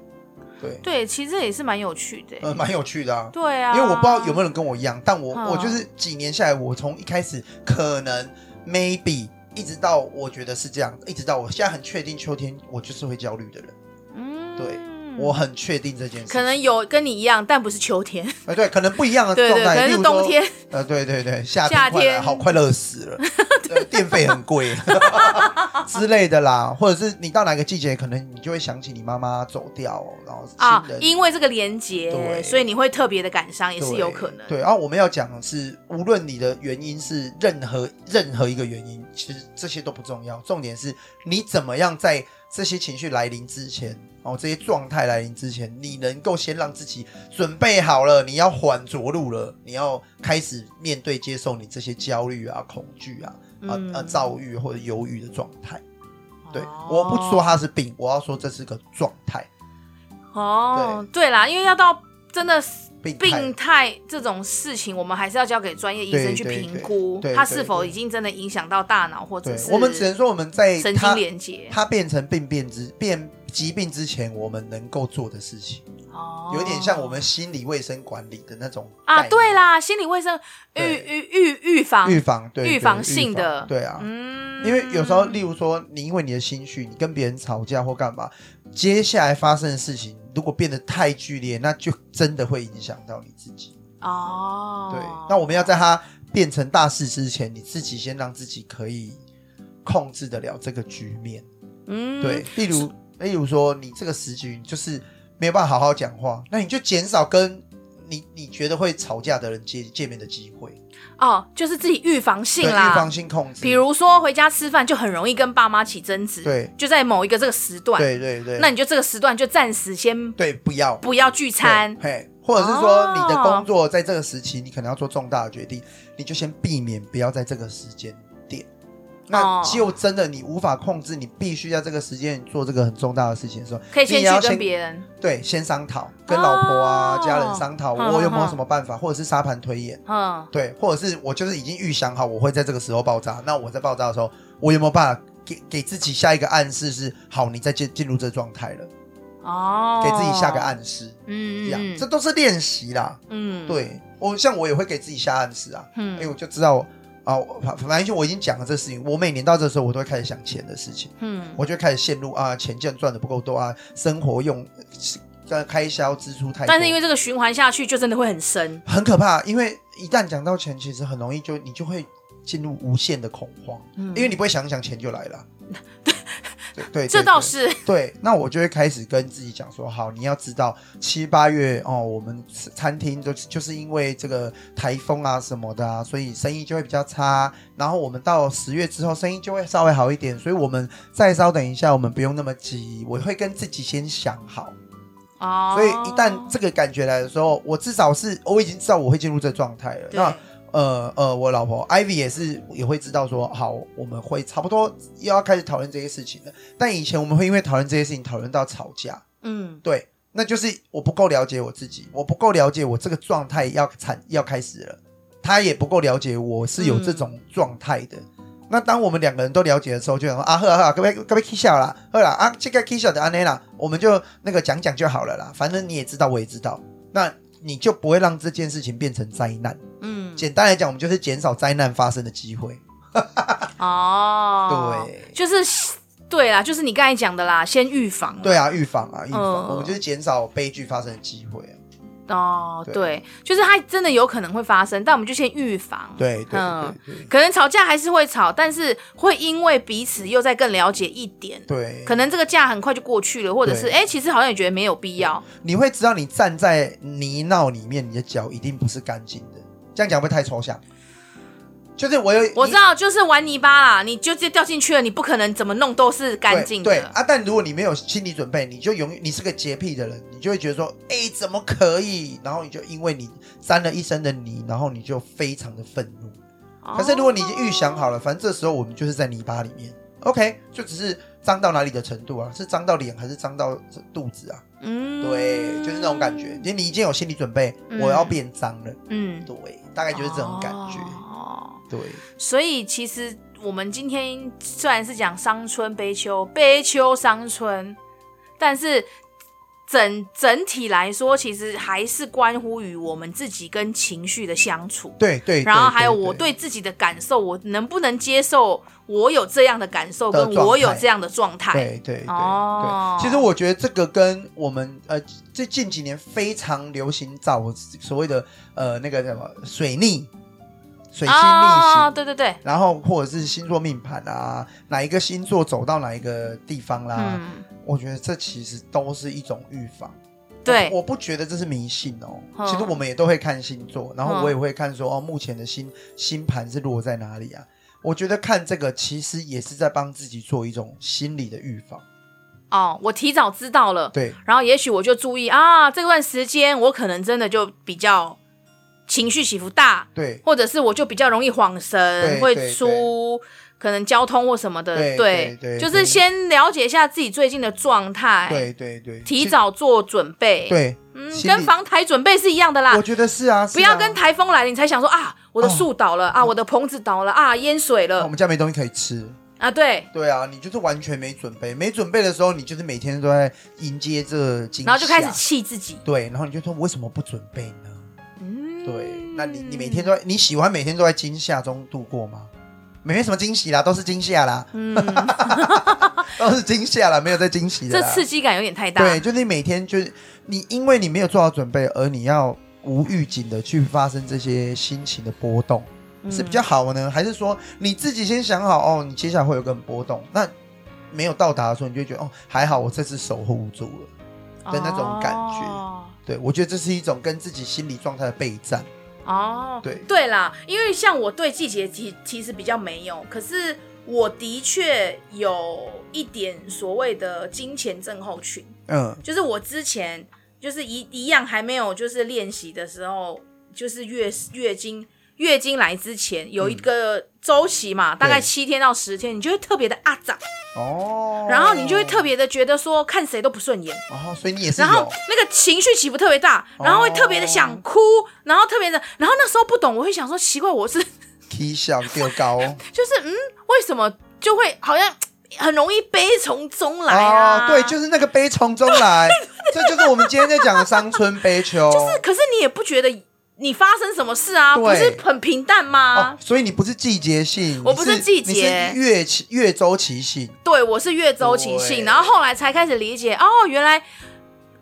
Speaker 2: 对，
Speaker 1: 对，其实这也是蛮有趣的。
Speaker 2: 呃，蛮有趣的啊。
Speaker 1: 对啊，
Speaker 2: 因为我不知道有没有人跟我一样，但我、
Speaker 1: 嗯
Speaker 2: 我就是几年下来，我从一开始可能 maybe 一直到我觉得是这样，一直到我现在很确定秋天我就是会焦虑的人，
Speaker 1: 嗯，
Speaker 2: 对我很确定这件事。
Speaker 1: 可能有跟你一样，但不是秋天，
Speaker 2: 呃对，可能不一样的
Speaker 1: 对
Speaker 2: 状
Speaker 1: 对，可
Speaker 2: 态，
Speaker 1: 能
Speaker 2: 例
Speaker 1: 是
Speaker 2: 如说
Speaker 1: 冬天。
Speaker 2: 呃对对对，夏
Speaker 1: 夏
Speaker 2: 天快来
Speaker 1: 天
Speaker 2: 好快热死 了，呃电费很贵之类的啦，或者是你到哪个季节，可能你就会想起你妈妈走掉，然后
Speaker 1: 啊
Speaker 2: 亲人，
Speaker 1: 因为这个连
Speaker 2: 对
Speaker 1: 接，所以你会特别的感伤，也是
Speaker 2: 对
Speaker 1: 有可能。
Speaker 2: 对，然、后我们要讲的是，无论你的原因是任何任何一个原因，其实这些都不重要，重点是你怎么样在这些情绪来临之前，哦，这些状态来临之前，你能够先让自己准备好了，你要缓着陆了，你要开始面对、接受你这些焦虑啊、恐惧啊、啊
Speaker 1: 嗯
Speaker 2: 啊、躁郁或者忧郁的状态。对，
Speaker 1: 哦
Speaker 2: 我不说它是病，我要说这是个状态。
Speaker 1: 哦哦，对啦，因为要到真的是
Speaker 2: 病态
Speaker 1: 病态这种事情，我们还是要交给专业医生
Speaker 2: 对
Speaker 1: 去
Speaker 2: 对
Speaker 1: 评
Speaker 2: 对
Speaker 1: 估
Speaker 2: 对，
Speaker 1: 它
Speaker 2: 对
Speaker 1: 是否
Speaker 2: 对
Speaker 1: 已经真的影响到大脑或
Speaker 2: 对
Speaker 1: 者是
Speaker 2: 我们只能说我们在
Speaker 1: 神经
Speaker 2: 它
Speaker 1: 连接，
Speaker 2: 它变成病变之变疾病之前，我们能够做的事情，
Speaker 1: 哦，
Speaker 2: 有点像我们心理卫生管理的那种概
Speaker 1: 啊，
Speaker 2: 念
Speaker 1: 对啦，心理卫生预
Speaker 2: 对
Speaker 1: 预预预防，
Speaker 2: 预防对
Speaker 1: 预
Speaker 2: 对
Speaker 1: 防性
Speaker 2: 防
Speaker 1: 的
Speaker 2: 对啊，
Speaker 1: 嗯
Speaker 2: 因为有时候，例如说，你因为你的心绪，你跟别人吵架或干嘛，接下来发生的事情如果变得太剧烈，那就真的会影响到你自己。
Speaker 1: 哦，
Speaker 2: 对，那我们要在它变成大事之前，你自己先让自己可以控制得了这个局面。
Speaker 1: 嗯
Speaker 2: 对，例如，例如说，你这个时局你就是没有办法好好讲话，那你就减少跟你你觉得会吵架的人见见面的机会，
Speaker 1: 哦，就是自己预防性
Speaker 2: 对，
Speaker 1: 啦，
Speaker 2: 预防性控制。
Speaker 1: 比，如说回家吃饭就很容易跟爸妈起争执，，
Speaker 2: 对，
Speaker 1: 就在某一个这个时段，
Speaker 2: 对对对，
Speaker 1: 那你就这个时段就暂时先
Speaker 2: 对不要
Speaker 1: 不要聚餐
Speaker 2: 对，嘿，或者是说
Speaker 1: 哦
Speaker 2: 你的工作在这个时期，你可能要做重大的决定，你就先避免不要在这个时间点。那
Speaker 1: 哦
Speaker 2: 就真的你无法控制，你必须在这个时间做这个很重大的事情的时候，
Speaker 1: 可以
Speaker 2: 你
Speaker 1: 先
Speaker 2: 也要
Speaker 1: 去
Speaker 2: 先
Speaker 1: 跟别人，
Speaker 2: 对先商讨，跟老婆啊、
Speaker 1: 哦
Speaker 2: 家人商讨，
Speaker 1: 嗯
Speaker 2: 我有没有
Speaker 1: 嗯
Speaker 2: 什么办法，或者是沙盘推演，
Speaker 1: 嗯，
Speaker 2: 对，或者是我就是已经预想好我会在这个时候爆炸，那我在爆炸的时候，我有没有办法给给自己下一个暗示是，好，你在进进入这个状态了，
Speaker 1: 哦，
Speaker 2: 给自己下个，暗示，这
Speaker 1: 嗯，
Speaker 2: 样、
Speaker 1: 嗯
Speaker 2: 这都是练习啦。
Speaker 1: 嗯，
Speaker 2: 对我像我也会给自己下暗示啊，因为
Speaker 1: 嗯
Speaker 2: 我就知道啊，我反反正就我已经讲了这事情，我每年到这时候我都会开始想钱的事情，
Speaker 1: 嗯，
Speaker 2: 我就开始陷入啊，钱赚赚的不够多啊，生活用呃开销支出太多，
Speaker 1: 但是因为这个循环下去，就真的会很深，
Speaker 2: 很可怕，因为一旦讲到钱，其实很容易就你就会进入无限的恐慌，
Speaker 1: 嗯
Speaker 2: 因为你不会想一想钱就来 了。对对，对
Speaker 1: 这倒
Speaker 2: 对
Speaker 1: 是，
Speaker 2: 对，那我就会开始跟自己讲说，好，你要知道七八月哦，我们餐餐厅就就是因为这个台风啊什么的啊，所以生意就会比较差。然后我们到十月之后，生意就会稍微好一点，所以我们再稍等一下，我们不用那么急。我会跟自己先想好，
Speaker 1: 哦，
Speaker 2: 所以一旦这个感觉来的时候，我至少是我已经知道我会进入这状态了。那
Speaker 1: 对，
Speaker 2: 呃呃，我老婆 Ivy 也是也会知道说，好，我们会差不多又要开始讨论这些事情了。但以前我们会因为讨论这些事情讨论到吵架，
Speaker 1: 嗯
Speaker 2: 对，那就是我不够了解我自己，我不够了解我这个状态要产要开始了，他也不够了解我是有
Speaker 1: 嗯
Speaker 2: 这种状态的。那当我们两个人都了解的时候，就想说啊，呵呵，啊各位各位 K 笑啦，呵啦啊，这个 K 笑的安内啦，我们就那个讲讲就好了啦，反正你也知道，我也知道，那你就不会让这件事情变成灾难。
Speaker 1: 嗯，
Speaker 2: 简单来讲，我们就是减少灾难发生的机会。
Speaker 1: 哦，
Speaker 2: 对
Speaker 1: 就是对啦，就是你刚才讲的啦，先预防啦，
Speaker 2: 对啊，预防啊，预防，
Speaker 1: 嗯
Speaker 2: 我们就是减少悲剧发生的机会啊。
Speaker 1: 哦，
Speaker 2: 对
Speaker 1: 对，就是它真的有可能会发生，但我们就先预防。
Speaker 2: 对对
Speaker 1: 嗯
Speaker 2: 对对
Speaker 1: 可能吵架还是会吵，但是会因为彼此又再更了解一点，
Speaker 2: 对，
Speaker 1: 可能这个架很快就过去了，或者是
Speaker 2: 对
Speaker 1: 哎、诶其实好像也觉得没有必要。
Speaker 2: 你会知道你站在泥淖里面，你的脚一定不是干净的。这样讲会不会太抽象？就是我有
Speaker 1: 我知道，就是玩泥巴啦，你就直接掉进去了，你不可能怎么弄都是干净
Speaker 2: 对对
Speaker 1: 的。
Speaker 2: 啊，但如果你没有心理准备，你就永远你是个洁癖的人，你就会觉得说，哎、怎么可以？然后你就因为你沾了一身的泥，然后你就非常的愤怒。
Speaker 1: 哦
Speaker 2: 可是如果你已经预想好了，反正这时候我们就是在泥巴里面，OK，就只是脏到哪里的程度啊？是脏到脸还是脏到肚子啊？
Speaker 1: 嗯
Speaker 2: 对，就是那种感觉，因为你已经有心理准备，
Speaker 1: 嗯
Speaker 2: 我要变脏了，
Speaker 1: 嗯，
Speaker 2: 对，大概就是这种感觉，
Speaker 1: 哦
Speaker 2: 对，
Speaker 1: 所以其实我们今天虽然是讲伤春悲秋，悲秋伤春，但是整整体来说，其实还是关乎于我们自己跟情绪的相处。
Speaker 2: 对对。
Speaker 1: 然后还有我
Speaker 2: 对
Speaker 1: 对自己的感受，我能不能接受我有这样的感受，
Speaker 2: 的
Speaker 1: 跟
Speaker 2: 状态
Speaker 1: 我有这样的状态？
Speaker 2: 对对对
Speaker 1: 哦
Speaker 2: 对，其实我觉得这个跟我们呃，这近几年非常流行找所谓的呃那个叫什么水逆、水星逆行
Speaker 1: 哦，对对对，
Speaker 2: 然后或者是星座命盘啊，哪一个星座走到哪一个地方啦、
Speaker 1: 嗯，
Speaker 2: 我觉得这其实都是一种预防。
Speaker 1: 对
Speaker 2: 我，我不觉得这是迷信哦。
Speaker 1: 嗯
Speaker 2: 其实我们也都会看星座，然
Speaker 1: 嗯
Speaker 2: 后我也会看说哦，目前的星星盘是落在哪里啊？我觉得看这个其实也是在帮自己做一种心理的预防。
Speaker 1: 哦，我提早知道了，
Speaker 2: 对
Speaker 1: 然后也许我就注意啊，这段时间我可能真的就比较情绪起伏大，
Speaker 2: 对
Speaker 1: 或者是我就比较容易晃神，
Speaker 2: 对
Speaker 1: 会
Speaker 2: 对
Speaker 1: 出可能交通或什么的，
Speaker 2: 对
Speaker 1: 对
Speaker 2: 对对
Speaker 1: 就是先了解一下自己最近的状态，
Speaker 2: 对对对，
Speaker 1: 提早做准备，
Speaker 2: 对，
Speaker 1: 嗯，
Speaker 2: 心
Speaker 1: 跟
Speaker 2: 里
Speaker 1: 防台准备是一样的啦
Speaker 2: 我。觉得是啊，是啊哦
Speaker 1: 不要跟台风来了，你才想说啊，我的树倒了、啊，我的棚子倒了啊，淹水
Speaker 2: 啊我
Speaker 1: 了
Speaker 2: 们家没东西可以吃。
Speaker 1: 啊，对，
Speaker 2: 对啊，你就是完全没准备，没准备的时候，你就是每天都在迎接这惊
Speaker 1: 然后就开始
Speaker 2: 吓
Speaker 1: 气自己。
Speaker 2: 对，然后你就说为什么不准备呢？
Speaker 1: 嗯，
Speaker 2: 对，那你你每天都在你喜欢每天都在惊吓中度过吗？没什么惊喜啦，都是啊惊吓啦，
Speaker 1: 嗯，
Speaker 2: 都是惊吓啦，没有在惊喜的
Speaker 1: 这
Speaker 2: 啦。
Speaker 1: 刺激感啊有点太大。
Speaker 2: 对，就是你每天就是你，因为你没有做好准备，而你要无预警的去发生这些心情的波动，
Speaker 1: 嗯
Speaker 2: 是比较好呢，还是说你自己先想好哦，你接下来会有个波动，那没有到达的时候，你就觉得哦，还好我这次守护住了。的那种感觉
Speaker 1: 哦
Speaker 2: 对，我觉得这是一种跟自己心理状态的备战。
Speaker 1: 哦，
Speaker 2: 对
Speaker 1: 对啦，因为像我对季节其其实比较没有，可是我的确有一点所谓的金钱症候群，
Speaker 2: 嗯，
Speaker 1: 就是我之前就是一一样还没有就是练习的时候，就是月月经月经来之前有一个周期嘛，大概
Speaker 2: 嗯对
Speaker 1: 七天到十天，你就会特别的阿长，
Speaker 2: 哦，
Speaker 1: 然后你就会特，别的觉得说看谁都不顺眼。
Speaker 2: 哦，所以你也是
Speaker 1: 然后
Speaker 2: 有，
Speaker 1: 那个情绪起伏特别大，
Speaker 2: 哦
Speaker 1: 然后会特别的想哭，然后特别的，然后那时候不懂，我会想说奇怪，我是
Speaker 2: 踢笑丢高，
Speaker 1: 就是嗯，为什么就会好像很容易悲从中 来啊？
Speaker 2: 哦，对，就是那个悲从中 来，这就是我们今天在讲的伤春悲秋，
Speaker 1: 就是，可是你也不觉得你发生什么事啊？
Speaker 2: 对
Speaker 1: 不是很平淡吗
Speaker 2: 哦？，所以你不是季节性，
Speaker 1: 啊我
Speaker 2: 你
Speaker 1: 不
Speaker 2: 是
Speaker 1: 是季节
Speaker 2: 你是月期月周期性，
Speaker 1: 对，我是越周期
Speaker 2: 对
Speaker 1: 性，然后后来才开始理解，哦，原来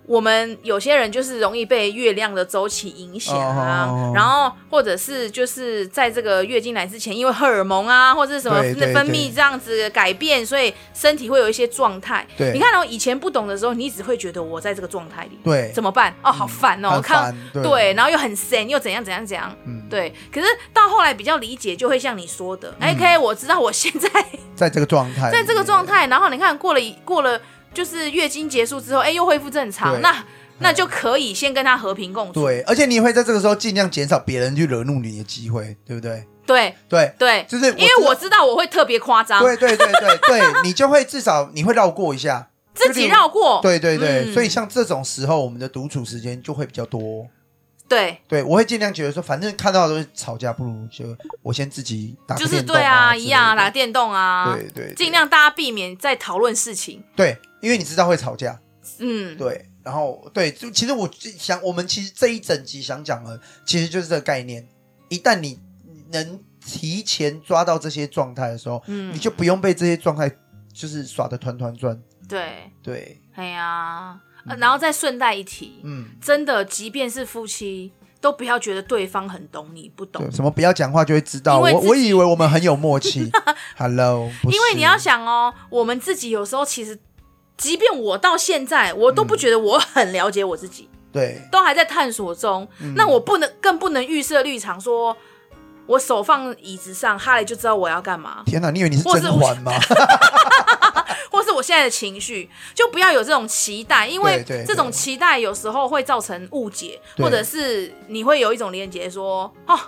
Speaker 1: 我们有些人就是容易被月亮的周期影响啊，
Speaker 2: 哦
Speaker 1: 然后或者是就是在这个月经来之前，因为荷尔蒙啊或者是什么
Speaker 2: 对对
Speaker 1: 分
Speaker 2: 对
Speaker 1: 泌这样子改变，所以身体会有一些状态。
Speaker 2: 对
Speaker 1: 你看哦，以前不懂的时候，你只会觉得我在这个状态里，
Speaker 2: 对，嗯
Speaker 1: 怎么办？哦，好烦哦，
Speaker 2: 很
Speaker 1: 我看
Speaker 2: 烦对
Speaker 1: 对，然后又很神，又怎样怎样怎样。
Speaker 2: 嗯，
Speaker 1: 对，可是到后来比较理解，就会像你说的、o k 我知道我现在
Speaker 2: 在这个状态，
Speaker 1: 在这个状，态，然后你看过了一过了，就是月经结束之后，哎，又恢复正
Speaker 2: 对
Speaker 1: 常，那那就可以先跟他和平共处。
Speaker 2: 对，而且你也会在这个时候尽量减少别人去惹怒你的机会，对不对？
Speaker 1: 对
Speaker 2: 对，
Speaker 1: 对
Speaker 2: 就是
Speaker 1: 因为
Speaker 2: 知道
Speaker 1: 我知道我会特别夸张，
Speaker 2: 对对对对对，你就会至少你会绕过一下，
Speaker 1: 自己绕过。
Speaker 2: 对对对，
Speaker 1: 嗯
Speaker 2: 所以像这种时候，我们的独处时间就会比较多。
Speaker 1: 对，
Speaker 2: 对，我会尽量觉得说，反正看到的都是吵架，不如就我先自己打个
Speaker 1: 就是
Speaker 2: 电动
Speaker 1: 对啊，
Speaker 2: 之类
Speaker 1: 一
Speaker 2: 的
Speaker 1: 样啊打电动啊，
Speaker 2: 对对，对
Speaker 1: 尽量大家避免在讨论事情。
Speaker 2: 对，因为你知道会吵架，
Speaker 1: 嗯，
Speaker 2: 对，然后对，就其实我想，我们其实这一整集想讲的，其实就是这个概念。一旦你能提前抓到这些状态的时候，
Speaker 1: 嗯
Speaker 2: 你就不用被这些状态就是耍的团团转。
Speaker 1: 对，
Speaker 2: 对，
Speaker 1: 哎呀，呃然后再顺带一提，
Speaker 2: 嗯，
Speaker 1: 真的，即便是夫妻，都不要觉得对方很懂你，不懂
Speaker 2: 对，什么不要讲话就会知道。
Speaker 1: 因为
Speaker 2: 我
Speaker 1: 自己
Speaker 2: 我以为我们很有默契 ，Hello，不
Speaker 1: 因为
Speaker 2: 是
Speaker 1: 你要想哦，我们自己有时候其实，即便我到现在，我都不觉得我很了解我自己，
Speaker 2: 对
Speaker 1: 都还在探索中。
Speaker 2: 嗯
Speaker 1: 那我不能，更不能预设立场说，我手放椅子上，哈雷就知道我要干嘛，
Speaker 2: 天哪，你以为你是
Speaker 1: 或是
Speaker 2: 甄嬛吗？
Speaker 1: 或是我现在的情绪，就不要有这种期待，因为
Speaker 2: 对对
Speaker 1: 这种
Speaker 2: 对
Speaker 1: 期待有时候会造成误解，
Speaker 2: 对
Speaker 1: 或者是你会有一种连结说，哦，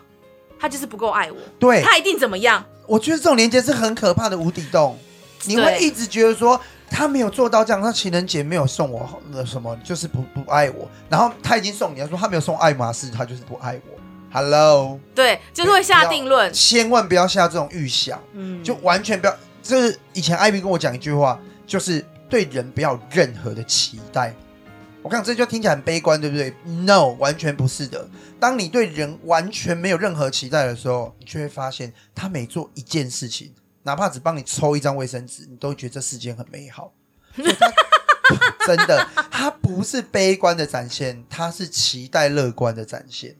Speaker 1: 他就是不够爱我，
Speaker 2: 对，
Speaker 1: 他一定怎么样。
Speaker 2: 我觉得这种连接是很可怕的无底洞，你会
Speaker 1: 对
Speaker 2: 一直觉得说他没有做到这样，他情人节没有送我呃什么，就是不不爱我，然后他已经送你，他说他没有送爱马仕，他就是不爱我。Hello，
Speaker 1: 对，就是会下定论，
Speaker 2: 千万不要下这种预想，
Speaker 1: 嗯，
Speaker 2: 就完全不要。就是以前艾比跟我讲一句话，就是对人不要有任何的期待。我看这就听起来很悲观，对不对？No，完全不是的。当你对人完全没有任何期待的时候，你就会发现他每做一件事情，哪怕只帮你抽一张卫生纸，你都觉得这世间很美好。所以他 真的，他不是悲观的展现，他是期待乐观的展现。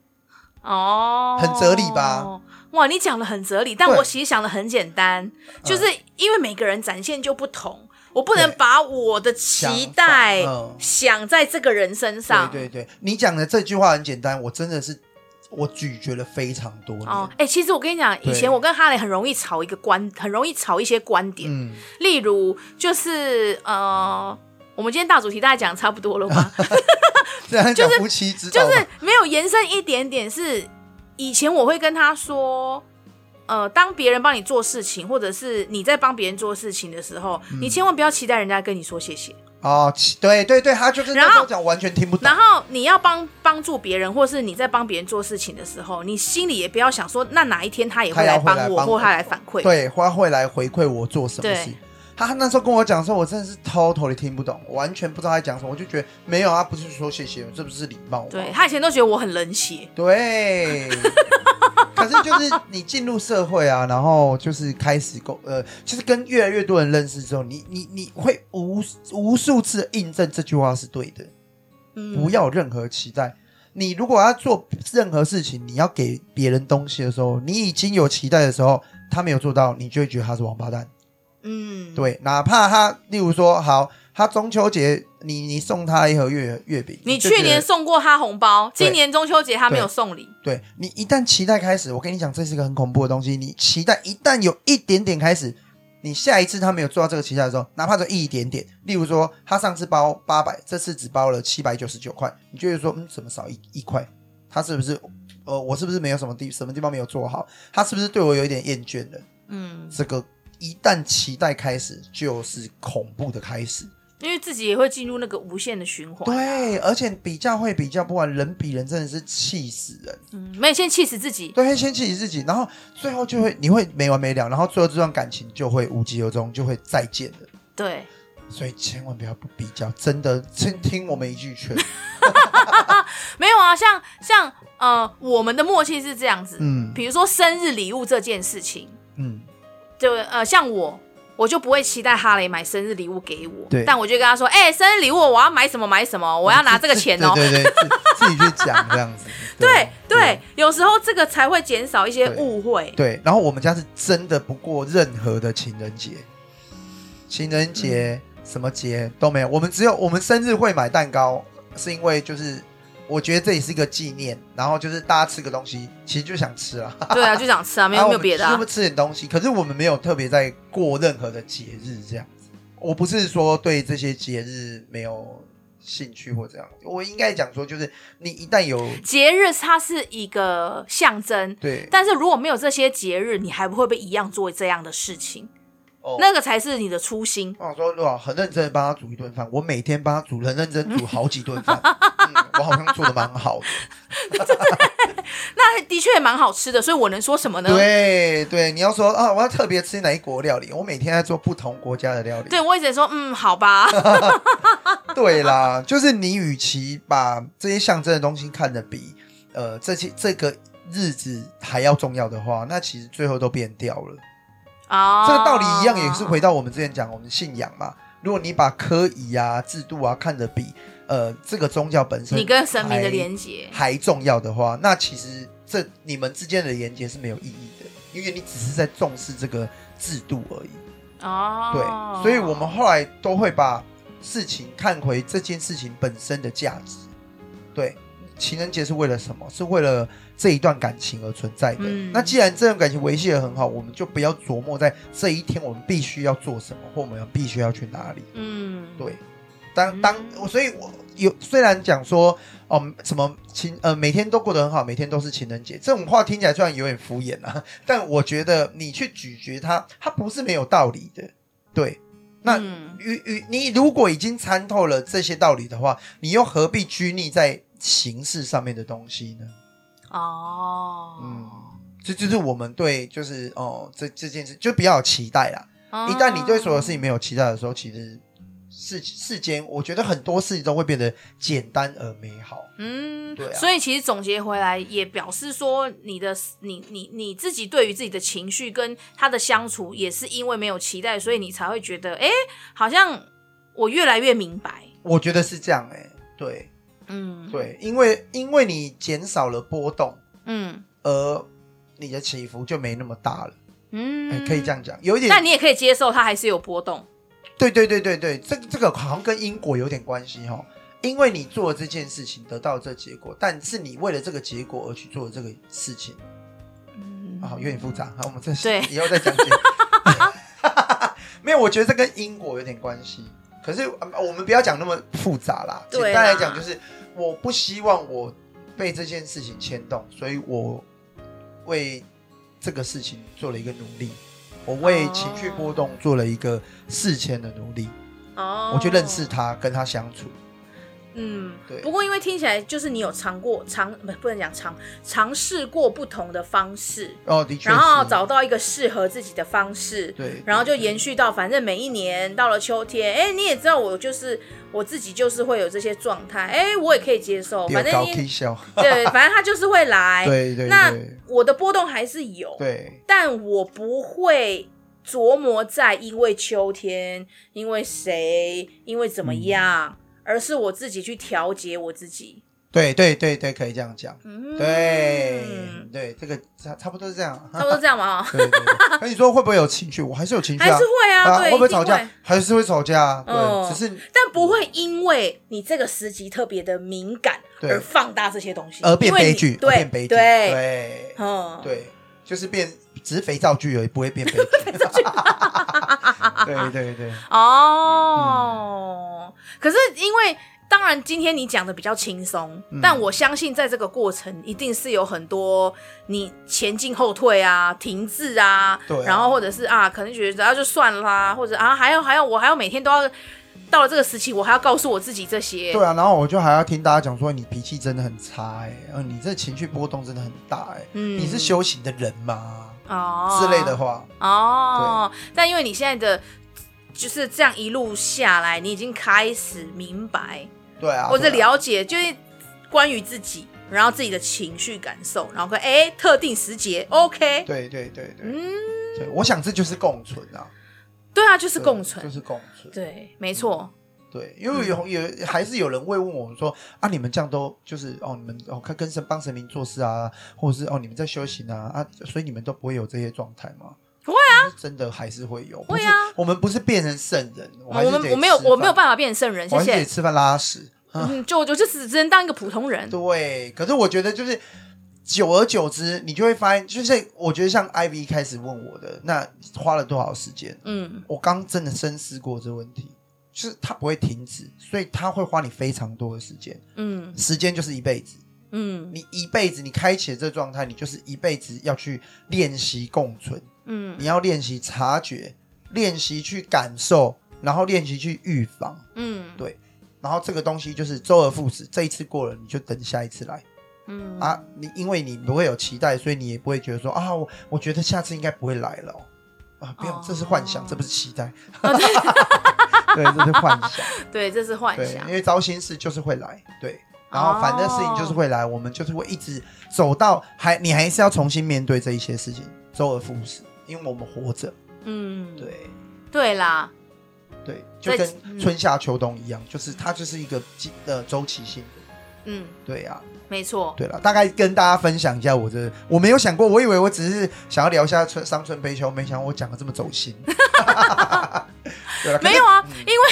Speaker 1: 哦，
Speaker 2: 很哲理吧？
Speaker 1: 哇，你讲的很哲理，但
Speaker 2: 对嗯
Speaker 1: 我其实想的很简单，就是因为每个人展现就不同，我不能
Speaker 2: 对
Speaker 1: 把我的期待
Speaker 2: 想法嗯
Speaker 1: 想在这个人身上。
Speaker 2: 对对对，你讲的这句话很简单，我真的是我咀嚼了非常多年。
Speaker 1: 哦，哎、其实我跟你讲，
Speaker 2: 对
Speaker 1: 以前我跟哈雷很容易吵一个观，很容易吵一些观点，
Speaker 2: 嗯，
Speaker 1: 例如就是呃，我们今天大主题大家讲得差不多了吗？
Speaker 2: 这样讲夫妻之道
Speaker 1: 就
Speaker 2: 嘛
Speaker 1: 是没有延伸一点点是，以前我会跟他说，呃，当别人帮你做事情，或者是你在帮别人做事情的时候，
Speaker 2: 嗯
Speaker 1: 你千万不要期待人家跟你说谢谢。
Speaker 2: 哦，其对对对，他就是
Speaker 1: 然
Speaker 2: 那
Speaker 1: 后
Speaker 2: 时候讲完全听不懂
Speaker 1: 然，后你要帮帮助别人，或是你在帮别人做事情的时候，你心里也不要想说，那哪一天他也
Speaker 2: 他
Speaker 1: 会
Speaker 2: 也
Speaker 1: 来
Speaker 2: 会
Speaker 1: 帮
Speaker 2: 来
Speaker 1: 我，
Speaker 2: 帮我
Speaker 1: 或他来反馈。
Speaker 2: 对，他会来回馈我做什么
Speaker 1: 对
Speaker 2: 事。他他那时候跟我讲的时候，我真的是 totally 听不懂，完全不知道他在讲什么，我就觉得没有，他不是说谢谢，这不是礼貌吗？
Speaker 1: 对他以前都觉得我很冷血，
Speaker 2: 对，可是就是你进入社会啊，然后就是开始沟呃，就是跟越来越多人认识之后，你你你会无无数次印证这句话是对的，
Speaker 1: 嗯，
Speaker 2: 不要有任何期待。你如果要做任何事情，你要给别人东西的时候，你已经有期待的时候，他没有做到，你就会觉得他是王八蛋。
Speaker 1: 嗯，
Speaker 2: 对，哪怕他，例如说，好，他中秋节你你送他一盒月月饼，
Speaker 1: 你
Speaker 2: 就觉
Speaker 1: 去
Speaker 2: 得
Speaker 1: 年送过他红包，
Speaker 2: 对
Speaker 1: 今年中秋节他没有
Speaker 2: 对
Speaker 1: 送礼，
Speaker 2: 对你一旦期待开始，我跟你讲，这是一个很恐怖的东西。你期待一旦有一点点开始，你下一次他没有做到这个期待的时候，哪怕只有一点点，例如说他上次包八百，这次只包了七百九十九块，你就会说，嗯，怎么少一一块？他是不是呃，我是不是没有什么地什么地方没有做好？他是不是对我有一点厌倦了？
Speaker 1: 嗯，
Speaker 2: 这个一旦期待开始，就是恐怖的开始。
Speaker 1: 因为自己也会进入那个无限的循环。，
Speaker 2: 对，而且比较会比较不完，人比人真的是气死人。
Speaker 1: 嗯，没有先气死自己。
Speaker 2: 对，会先气你自己，然后最后就会你会没完没了，然后最后这段感情就会无疾而终，就会再见了。
Speaker 1: 对，
Speaker 2: 所以千万不要不比较，真的，请听我们一句 劝。
Speaker 1: 没有啊，像像呃，我们的默契是这样子，
Speaker 2: 嗯
Speaker 1: 比如说生日礼物这件事情，
Speaker 2: 嗯，
Speaker 1: 就呃，像我，我就不会期待哈雷买生日礼物给我，
Speaker 2: 对嗯
Speaker 1: 但我就跟他说，哎、生日礼物我要买什么买什么，我要拿这个钱哦。
Speaker 2: 对对对，自自己去讲这样子。
Speaker 1: 对对，有时候这个才会减少一些误会。
Speaker 2: 对，然后我们家是真的不过任何的情人节，情人节、
Speaker 1: 嗯
Speaker 2: 什么节都没有，我们只有我们生日会买蛋糕，是因为就是我觉得这也是一个纪念，然后就是大家吃个东西，其实就想吃啊。
Speaker 1: 对啊，就想吃啊，没
Speaker 2: 然
Speaker 1: 有
Speaker 2: 后
Speaker 1: 没
Speaker 2: 我
Speaker 1: 有
Speaker 2: 们
Speaker 1: 别的、
Speaker 2: 就是
Speaker 1: 啊
Speaker 2: 会。吃点东西，可是我们没有特别在过任何的节日这样子。我不是说对这些节日没有兴趣或这样，我应该讲说，就是你一旦有
Speaker 1: 节日它是一个象征，
Speaker 2: 对，
Speaker 1: 但是如果没有这些节日，你还不会被一样做这样的事情，
Speaker 2: 哦
Speaker 1: 那个才是你的初心。
Speaker 2: 我想说，如果很认真的帮他煮一顿饭，我每天帮他煮，很认真煮好几 顿饭，嗯，我好像做的蛮好的。
Speaker 1: 那的确也蛮好吃的，所以我能说什么呢？
Speaker 2: 对对，你要说啊，我要特别吃哪一国料理，我每天在做不同国家的料理。
Speaker 1: 对我也只能说，嗯，好 吧。
Speaker 2: 对啦，就是你与其把这些象征的东西看得比呃这些这个日子还要重要的话，那其实最后都变掉了。
Speaker 1: 啊，
Speaker 2: 这个道理一样，也是回到我们之前讲我们信仰嘛。如果你把科仪啊、制度啊看得比呃这个宗教本身
Speaker 1: 你跟神明
Speaker 2: 还
Speaker 1: 的连接。
Speaker 2: 还重要的话，那其实这你们之间的连接是没有意义的，因为你只是在重视这个制度而已。
Speaker 1: 哦，
Speaker 2: 哎对，所以我们后来都会把事情看回这件事情本身的价值。对，情人节是为了什么？是为了这一段感情而存在的。
Speaker 1: 嗯
Speaker 2: 那既然这段感情维系的很好，我们就不要琢磨在这一天我们必须要做什么，或我们必须要去哪里。
Speaker 1: 嗯，
Speaker 2: 对，当当，我所以我有虽然讲说哦、什么情呃每天都过得很好，每天都是情人节这种话听起来虽然有点敷衍啊，但我觉得你去咀嚼它，它不是没有道理的。对，那
Speaker 1: 嗯
Speaker 2: 与与、你如果已经参透了这些道理的话，你又何必拘泥在形式上面的东西呢？
Speaker 1: 哦，
Speaker 2: 嗯，这就是我们对就是哦、这这件事就比较有期待
Speaker 1: 哦
Speaker 2: 啦。一旦你对所有事情没有期待的时候，其实世世间，我觉得很多事情都会变得简单而美好。
Speaker 1: 嗯，
Speaker 2: 对啊
Speaker 1: 所以其实总结回来，也表示说你的你你你自己对于自己的情绪跟他的相处，也是因为没有期待，所以你才会觉得，哎、好像我越来越明白。
Speaker 2: 我觉得是这样、欸，哎，对
Speaker 1: 嗯，，
Speaker 2: 对，因为因为你减少了波动，
Speaker 1: 嗯
Speaker 2: 而你的起伏就没那么大了。哎、
Speaker 1: 嗯、
Speaker 2: 可以这。样讲，有一点
Speaker 1: 但你也可以接受，它还是有波动。
Speaker 2: 对对对对对，这个这个好像跟因果有点关系哦。因为你做了这件事情，得到了这结果，但是你为了这个结果而去做了这个事情，
Speaker 1: 嗯
Speaker 2: 啊、有点复杂。好，我们这
Speaker 1: 对
Speaker 2: 以后 再讲解。没有，我觉得这跟因果有点关系。可是、呃我们不要讲那么复杂啦，简
Speaker 1: 对啦
Speaker 2: 单来讲就是，我不希望我被这件事情牵动，所以我为这个事情做了一个努力，我为
Speaker 1: 哦
Speaker 2: 情绪波动做了一个事前的努力，
Speaker 1: 哦，
Speaker 2: 我去认识他，跟他相处。
Speaker 1: 嗯，
Speaker 2: 对
Speaker 1: 不过因为听起来就是你有尝过尝不不能讲尝尝试过不同的方式，
Speaker 2: 哦，的确是，
Speaker 1: 然后找到一个适合自己的方式，
Speaker 2: 对，
Speaker 1: 然后就延续到反正每一年到了秋天，哎，你也知道我就是我自己就是会有这些状态，哎，我也可以接受，
Speaker 2: 有
Speaker 1: 反正
Speaker 2: 高
Speaker 1: 因
Speaker 2: 低效，
Speaker 1: 对，反正它就是会来。
Speaker 2: 对对
Speaker 1: 那
Speaker 2: 对
Speaker 1: 我的波动还是有，
Speaker 2: 对，
Speaker 1: 但我不会琢磨在因为秋天，因为谁，因为怎么样，而是我自己去调节我自己。
Speaker 2: 对对对对，可以这样讲。
Speaker 1: 嗯，
Speaker 2: 对对，这个差差不多是 这样。
Speaker 1: 差不多这样 吧，哈，
Speaker 2: 对对对，那你说会不会有情绪？我还是有情绪
Speaker 1: 还
Speaker 2: 啊
Speaker 1: 是，会啊，对，
Speaker 2: 会不会
Speaker 1: 一定
Speaker 2: 吵架？嗯还是会吵架啊，
Speaker 1: 嗯
Speaker 2: 对，只是
Speaker 1: 但不会因为你这个时期特别的敏感
Speaker 2: 对
Speaker 1: 而放大这些东西，
Speaker 2: 而变
Speaker 1: 因为你
Speaker 2: 悲剧，而
Speaker 1: 对
Speaker 2: 变悲剧，
Speaker 1: 对，
Speaker 2: 对
Speaker 1: 嗯，
Speaker 2: 对，就是变，只是肥皂剧而已，不会 变悲剧。 对对对，
Speaker 1: 哦，可是因为当然今天你讲的比较轻松，
Speaker 2: 嗯
Speaker 1: 但我相信在这个过程一定是有很多你前进后退啊、停滞啊，
Speaker 2: 对啊
Speaker 1: 然后或者是啊，可能觉得啊就算了啦，或者啊还要还要我还要每天都要到了这个时期，我还要告诉我自己这些，
Speaker 2: 对啊，然后我就还要听大家讲说你脾气真的很差哎，呃你这情绪波动真的很大哎，
Speaker 1: 嗯
Speaker 2: 你是修行的人吗？
Speaker 1: 哦
Speaker 2: 之类的话，
Speaker 1: 哦，但因为你现在的。就是这样一路下来，你已经开始明白
Speaker 2: 对啊，
Speaker 1: 或者
Speaker 2: 对啊
Speaker 1: 了解，就是关于自己，然后自己的情绪感受，然后跟哎、特定时节，OK，
Speaker 2: 对对对对，
Speaker 1: 嗯，
Speaker 2: 对，我想这就是共存啊，
Speaker 1: 对啊，就是
Speaker 2: 对
Speaker 1: 共存，
Speaker 2: 就是共存。
Speaker 1: 对，没错，
Speaker 2: 对，因为有有还是有人会问我们说啊，你们这样都就是哦，你们哦看跟神帮神明做事啊，或者是哦你们在修行啊啊，所以你们都不会有这些状态吗？
Speaker 1: 不
Speaker 2: 会啊，真的还是会有，不
Speaker 1: 会
Speaker 2: 是
Speaker 1: 啊嗯
Speaker 2: 我们不是变成圣人，我还
Speaker 1: 我
Speaker 2: 是
Speaker 1: 们
Speaker 2: 得
Speaker 1: 我没有
Speaker 2: 吃
Speaker 1: 我没有
Speaker 2: 饭
Speaker 1: 办法变成圣人，谢
Speaker 2: 我还是得
Speaker 1: 谢，
Speaker 2: 吃饭拉屎。
Speaker 1: 嗯，就我就就只只能当一个普通人，
Speaker 2: 对，可是我觉得就是久而久之，你就会发现，就是我觉得像 IV 开始问我的，那花了多少时间？
Speaker 1: 嗯，
Speaker 2: 我刚真的深思过这个问题，就是它不会停止，所以它会花你非常多的时间。
Speaker 1: 嗯
Speaker 2: 时间就是一辈子，
Speaker 1: 嗯
Speaker 2: 你一辈子你开启了这状态，你就是一辈子要去练习共存，
Speaker 1: 嗯
Speaker 2: 你要练习察觉，练习去感受，然后练习去预防，
Speaker 1: 嗯
Speaker 2: 对然后这个东西就是周而复始，这一次过了你就等下一次来
Speaker 1: 嗯
Speaker 2: 啊，你因为你不会有期待，所以你也不会觉得说啊，我我觉得下次应该不会来了哦、啊，不
Speaker 1: 哦
Speaker 2: 用，这是幻想，这不是期待， 对，这是 幻想，
Speaker 1: 对，这是幻
Speaker 2: 对，
Speaker 1: 想哦
Speaker 2: 因，为糟心事就是会来，对。然后反正事情就是会来，我们就是会一直走到还你还是要重新面对这一些事情，周而复始，因为我们活着，
Speaker 1: 嗯，
Speaker 2: 对
Speaker 1: 对啦，
Speaker 2: 对，就
Speaker 1: 在嗯
Speaker 2: 跟春夏秋冬一样，就是它就是一个季呃周期性的，
Speaker 1: 嗯，
Speaker 2: 对啊，
Speaker 1: 没错，
Speaker 2: 对了，大概跟大家分享一下我的，我没有想过，我以为我只是想要聊一下春伤春悲秋，没想到我讲的这么走心， 对了，可是
Speaker 1: 没有啊，因为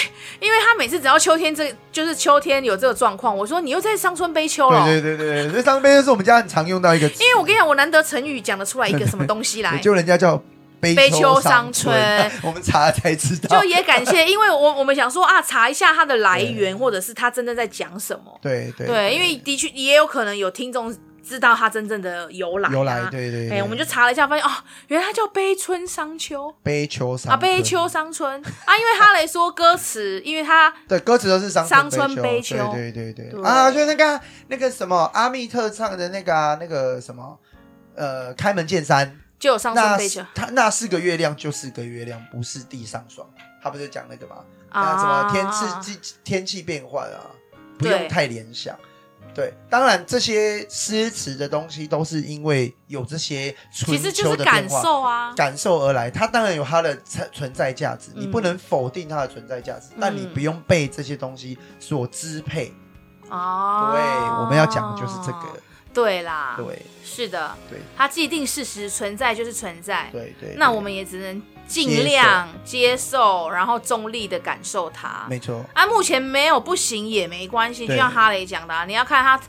Speaker 1: 因为他每次只要秋天这就是秋天有这个状况，我说你又在伤春悲秋了，
Speaker 2: 对对对对对，这伤春悲秋是我们家很常用到一个词，
Speaker 1: 啊因为我跟你讲，我难得成语讲得出来一个什么东西来
Speaker 2: 对， 就人家叫悲
Speaker 1: 悲秋
Speaker 2: 秋
Speaker 1: 伤
Speaker 2: 伤
Speaker 1: 春
Speaker 2: 春，我们查了才知道
Speaker 1: 就。也感谢，因为我我们想说啊，查一下它的来源，或者是它真正在讲什么。
Speaker 2: 对对
Speaker 1: 对，因为的确也有可能有听众知道它真正的由来、啊。
Speaker 2: 由来，。对对
Speaker 1: 哎、
Speaker 2: 对
Speaker 1: 我们就查了一下，发现哦，原来它叫悲春伤秋
Speaker 2: 悲秋 伤
Speaker 1: 啊，悲秋伤春啊，因为他来说歌词，因为他
Speaker 2: 对歌词都是伤
Speaker 1: 伤春
Speaker 2: 春
Speaker 1: 悲
Speaker 2: 秋，
Speaker 1: 秋
Speaker 2: 对对对
Speaker 1: 对
Speaker 2: 对啊，就那个啊那个什么阿密特唱的那个啊那个什么呃开门见山，
Speaker 1: 就有伤春
Speaker 2: 那
Speaker 1: 悲秋
Speaker 2: 他那是个月亮就是个月亮，不是地上霜，他不是讲那个吗？ 那什
Speaker 1: 啊，
Speaker 2: 么天气季天气变换啊，不
Speaker 1: 对
Speaker 2: 用太联想。对，当然这些诗词的东西都是因为有这些
Speaker 1: 其
Speaker 2: 春
Speaker 1: 实就
Speaker 2: 秋
Speaker 1: 是
Speaker 2: 的
Speaker 1: 感
Speaker 2: 变化。
Speaker 1: 受啊，
Speaker 2: 感受而来，它当然有它的存存在价值，
Speaker 1: 嗯
Speaker 2: 你不能否定它的存在价值，
Speaker 1: 嗯
Speaker 2: 但你不用被这些东西所支配。
Speaker 1: 哦，
Speaker 2: 对，我们要讲的就是这个。，
Speaker 1: 对啦，
Speaker 2: 对
Speaker 1: 是的，
Speaker 2: 对
Speaker 1: 它既定事实存在就是存在，
Speaker 2: 对对。
Speaker 1: 那
Speaker 2: 对
Speaker 1: 我们也只能尽量接受，然后中立的感受它。
Speaker 2: 没错，
Speaker 1: 啊，目前没有不行也没关系，就
Speaker 2: 对
Speaker 1: 像哈雷讲的、啊，你要看他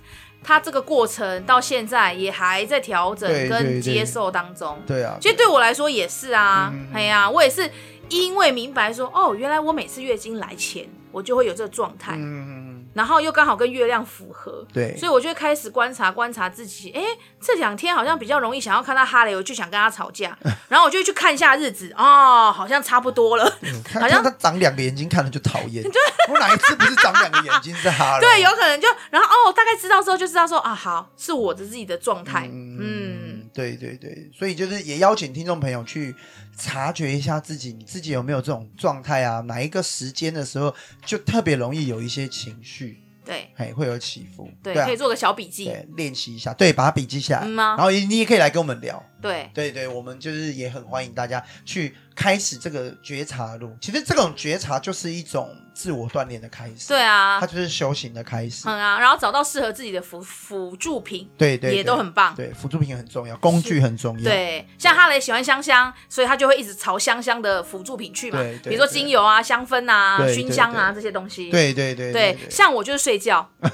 Speaker 1: 他这个过程到现在也还在调整
Speaker 2: 对对
Speaker 1: 跟
Speaker 2: 对
Speaker 1: 接受当中。
Speaker 2: 对啊，
Speaker 1: 其实对我来说也是啊
Speaker 2: 嗯，
Speaker 1: 哎呀、我也是因为明白说，哦，原来我每次月经来前我就会有这个状态，
Speaker 2: 嗯，
Speaker 1: 然后又刚好跟月亮符合，
Speaker 2: 对
Speaker 1: 所以我就会开始观察观察自己，哎，这两天好像比较容易想要看到哈雷，我就想跟他吵架， 然后我就去看一下日子，哦，好像差不多 了，
Speaker 2: 嗯看
Speaker 1: 好像
Speaker 2: 看他长两个眼睛，看了就讨 厌。我哪一次不是长两个眼睛是哈喽？
Speaker 1: 对，有可能就然后哦，大概知道之后就知道说啊，好，是我的自己的状态，嗯
Speaker 2: 嗯，对对对，所以就是也邀请听众朋友去察觉一下自己，你自己有没有这种状态啊？哪一个时间的时候就特别容易有一些情绪，
Speaker 1: 对
Speaker 2: 哎，会有起伏。
Speaker 1: 对，
Speaker 2: 啊
Speaker 1: 可以，做个小笔记，
Speaker 2: 对，练习一下，对，把它笔记下来，
Speaker 1: 嗯啊
Speaker 2: 然后你也可以来跟我们聊。
Speaker 1: 对
Speaker 2: 对对，我们就是也很欢迎大家去开始这个觉察路。其实这种觉察就是一种自我锻炼的开始，
Speaker 1: 对啊
Speaker 2: 它，就是修行的开始。
Speaker 1: 嗯啊，然后找到适合自己的辅辅助品
Speaker 2: 对对，
Speaker 1: 也都
Speaker 2: 对
Speaker 1: 很棒。
Speaker 2: 对，辅助品很重要，工具很重要。
Speaker 1: 对，像哈雷喜欢香香，所以他就会一直朝香香的辅助品去嘛
Speaker 2: 对，
Speaker 1: 比
Speaker 2: 对
Speaker 1: 如说
Speaker 2: 对
Speaker 1: 精油啊、香氛啊、
Speaker 2: 对
Speaker 1: 熏
Speaker 2: 对
Speaker 1: 香啊
Speaker 2: 对
Speaker 1: 这些东西。
Speaker 2: 对对对
Speaker 1: 对，像我就是睡觉，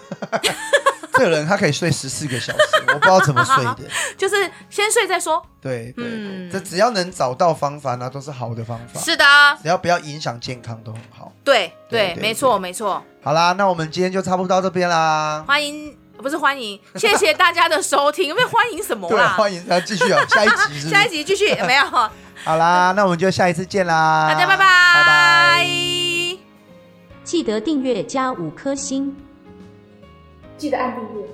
Speaker 2: 这个人他可以睡十四个小时，我不知道怎么睡 的。
Speaker 1: 就是先睡再说。
Speaker 2: 对对对
Speaker 1: 嗯，
Speaker 2: 这只要能找到方法，那都是好的方法。
Speaker 1: 是的，啊
Speaker 2: 只要不要影响健康都很好。
Speaker 1: 对
Speaker 2: 对
Speaker 1: 对，
Speaker 2: 对
Speaker 1: 没错没错。
Speaker 2: 好啦，那我们今天就差不多到这边啦。
Speaker 1: 欢迎呃不是欢迎， 谢谢大家的收听，因为欢迎什么
Speaker 2: 对，
Speaker 1: 啦？
Speaker 2: 欢迎大家继续啊，下一集是不是
Speaker 1: 啊 下一集继续没 有，
Speaker 2: 好啦，那我们就下一次见啦，
Speaker 1: 大家拜拜，
Speaker 2: 拜拜。
Speaker 3: 记得订阅加五颗星。
Speaker 4: 记得按订阅，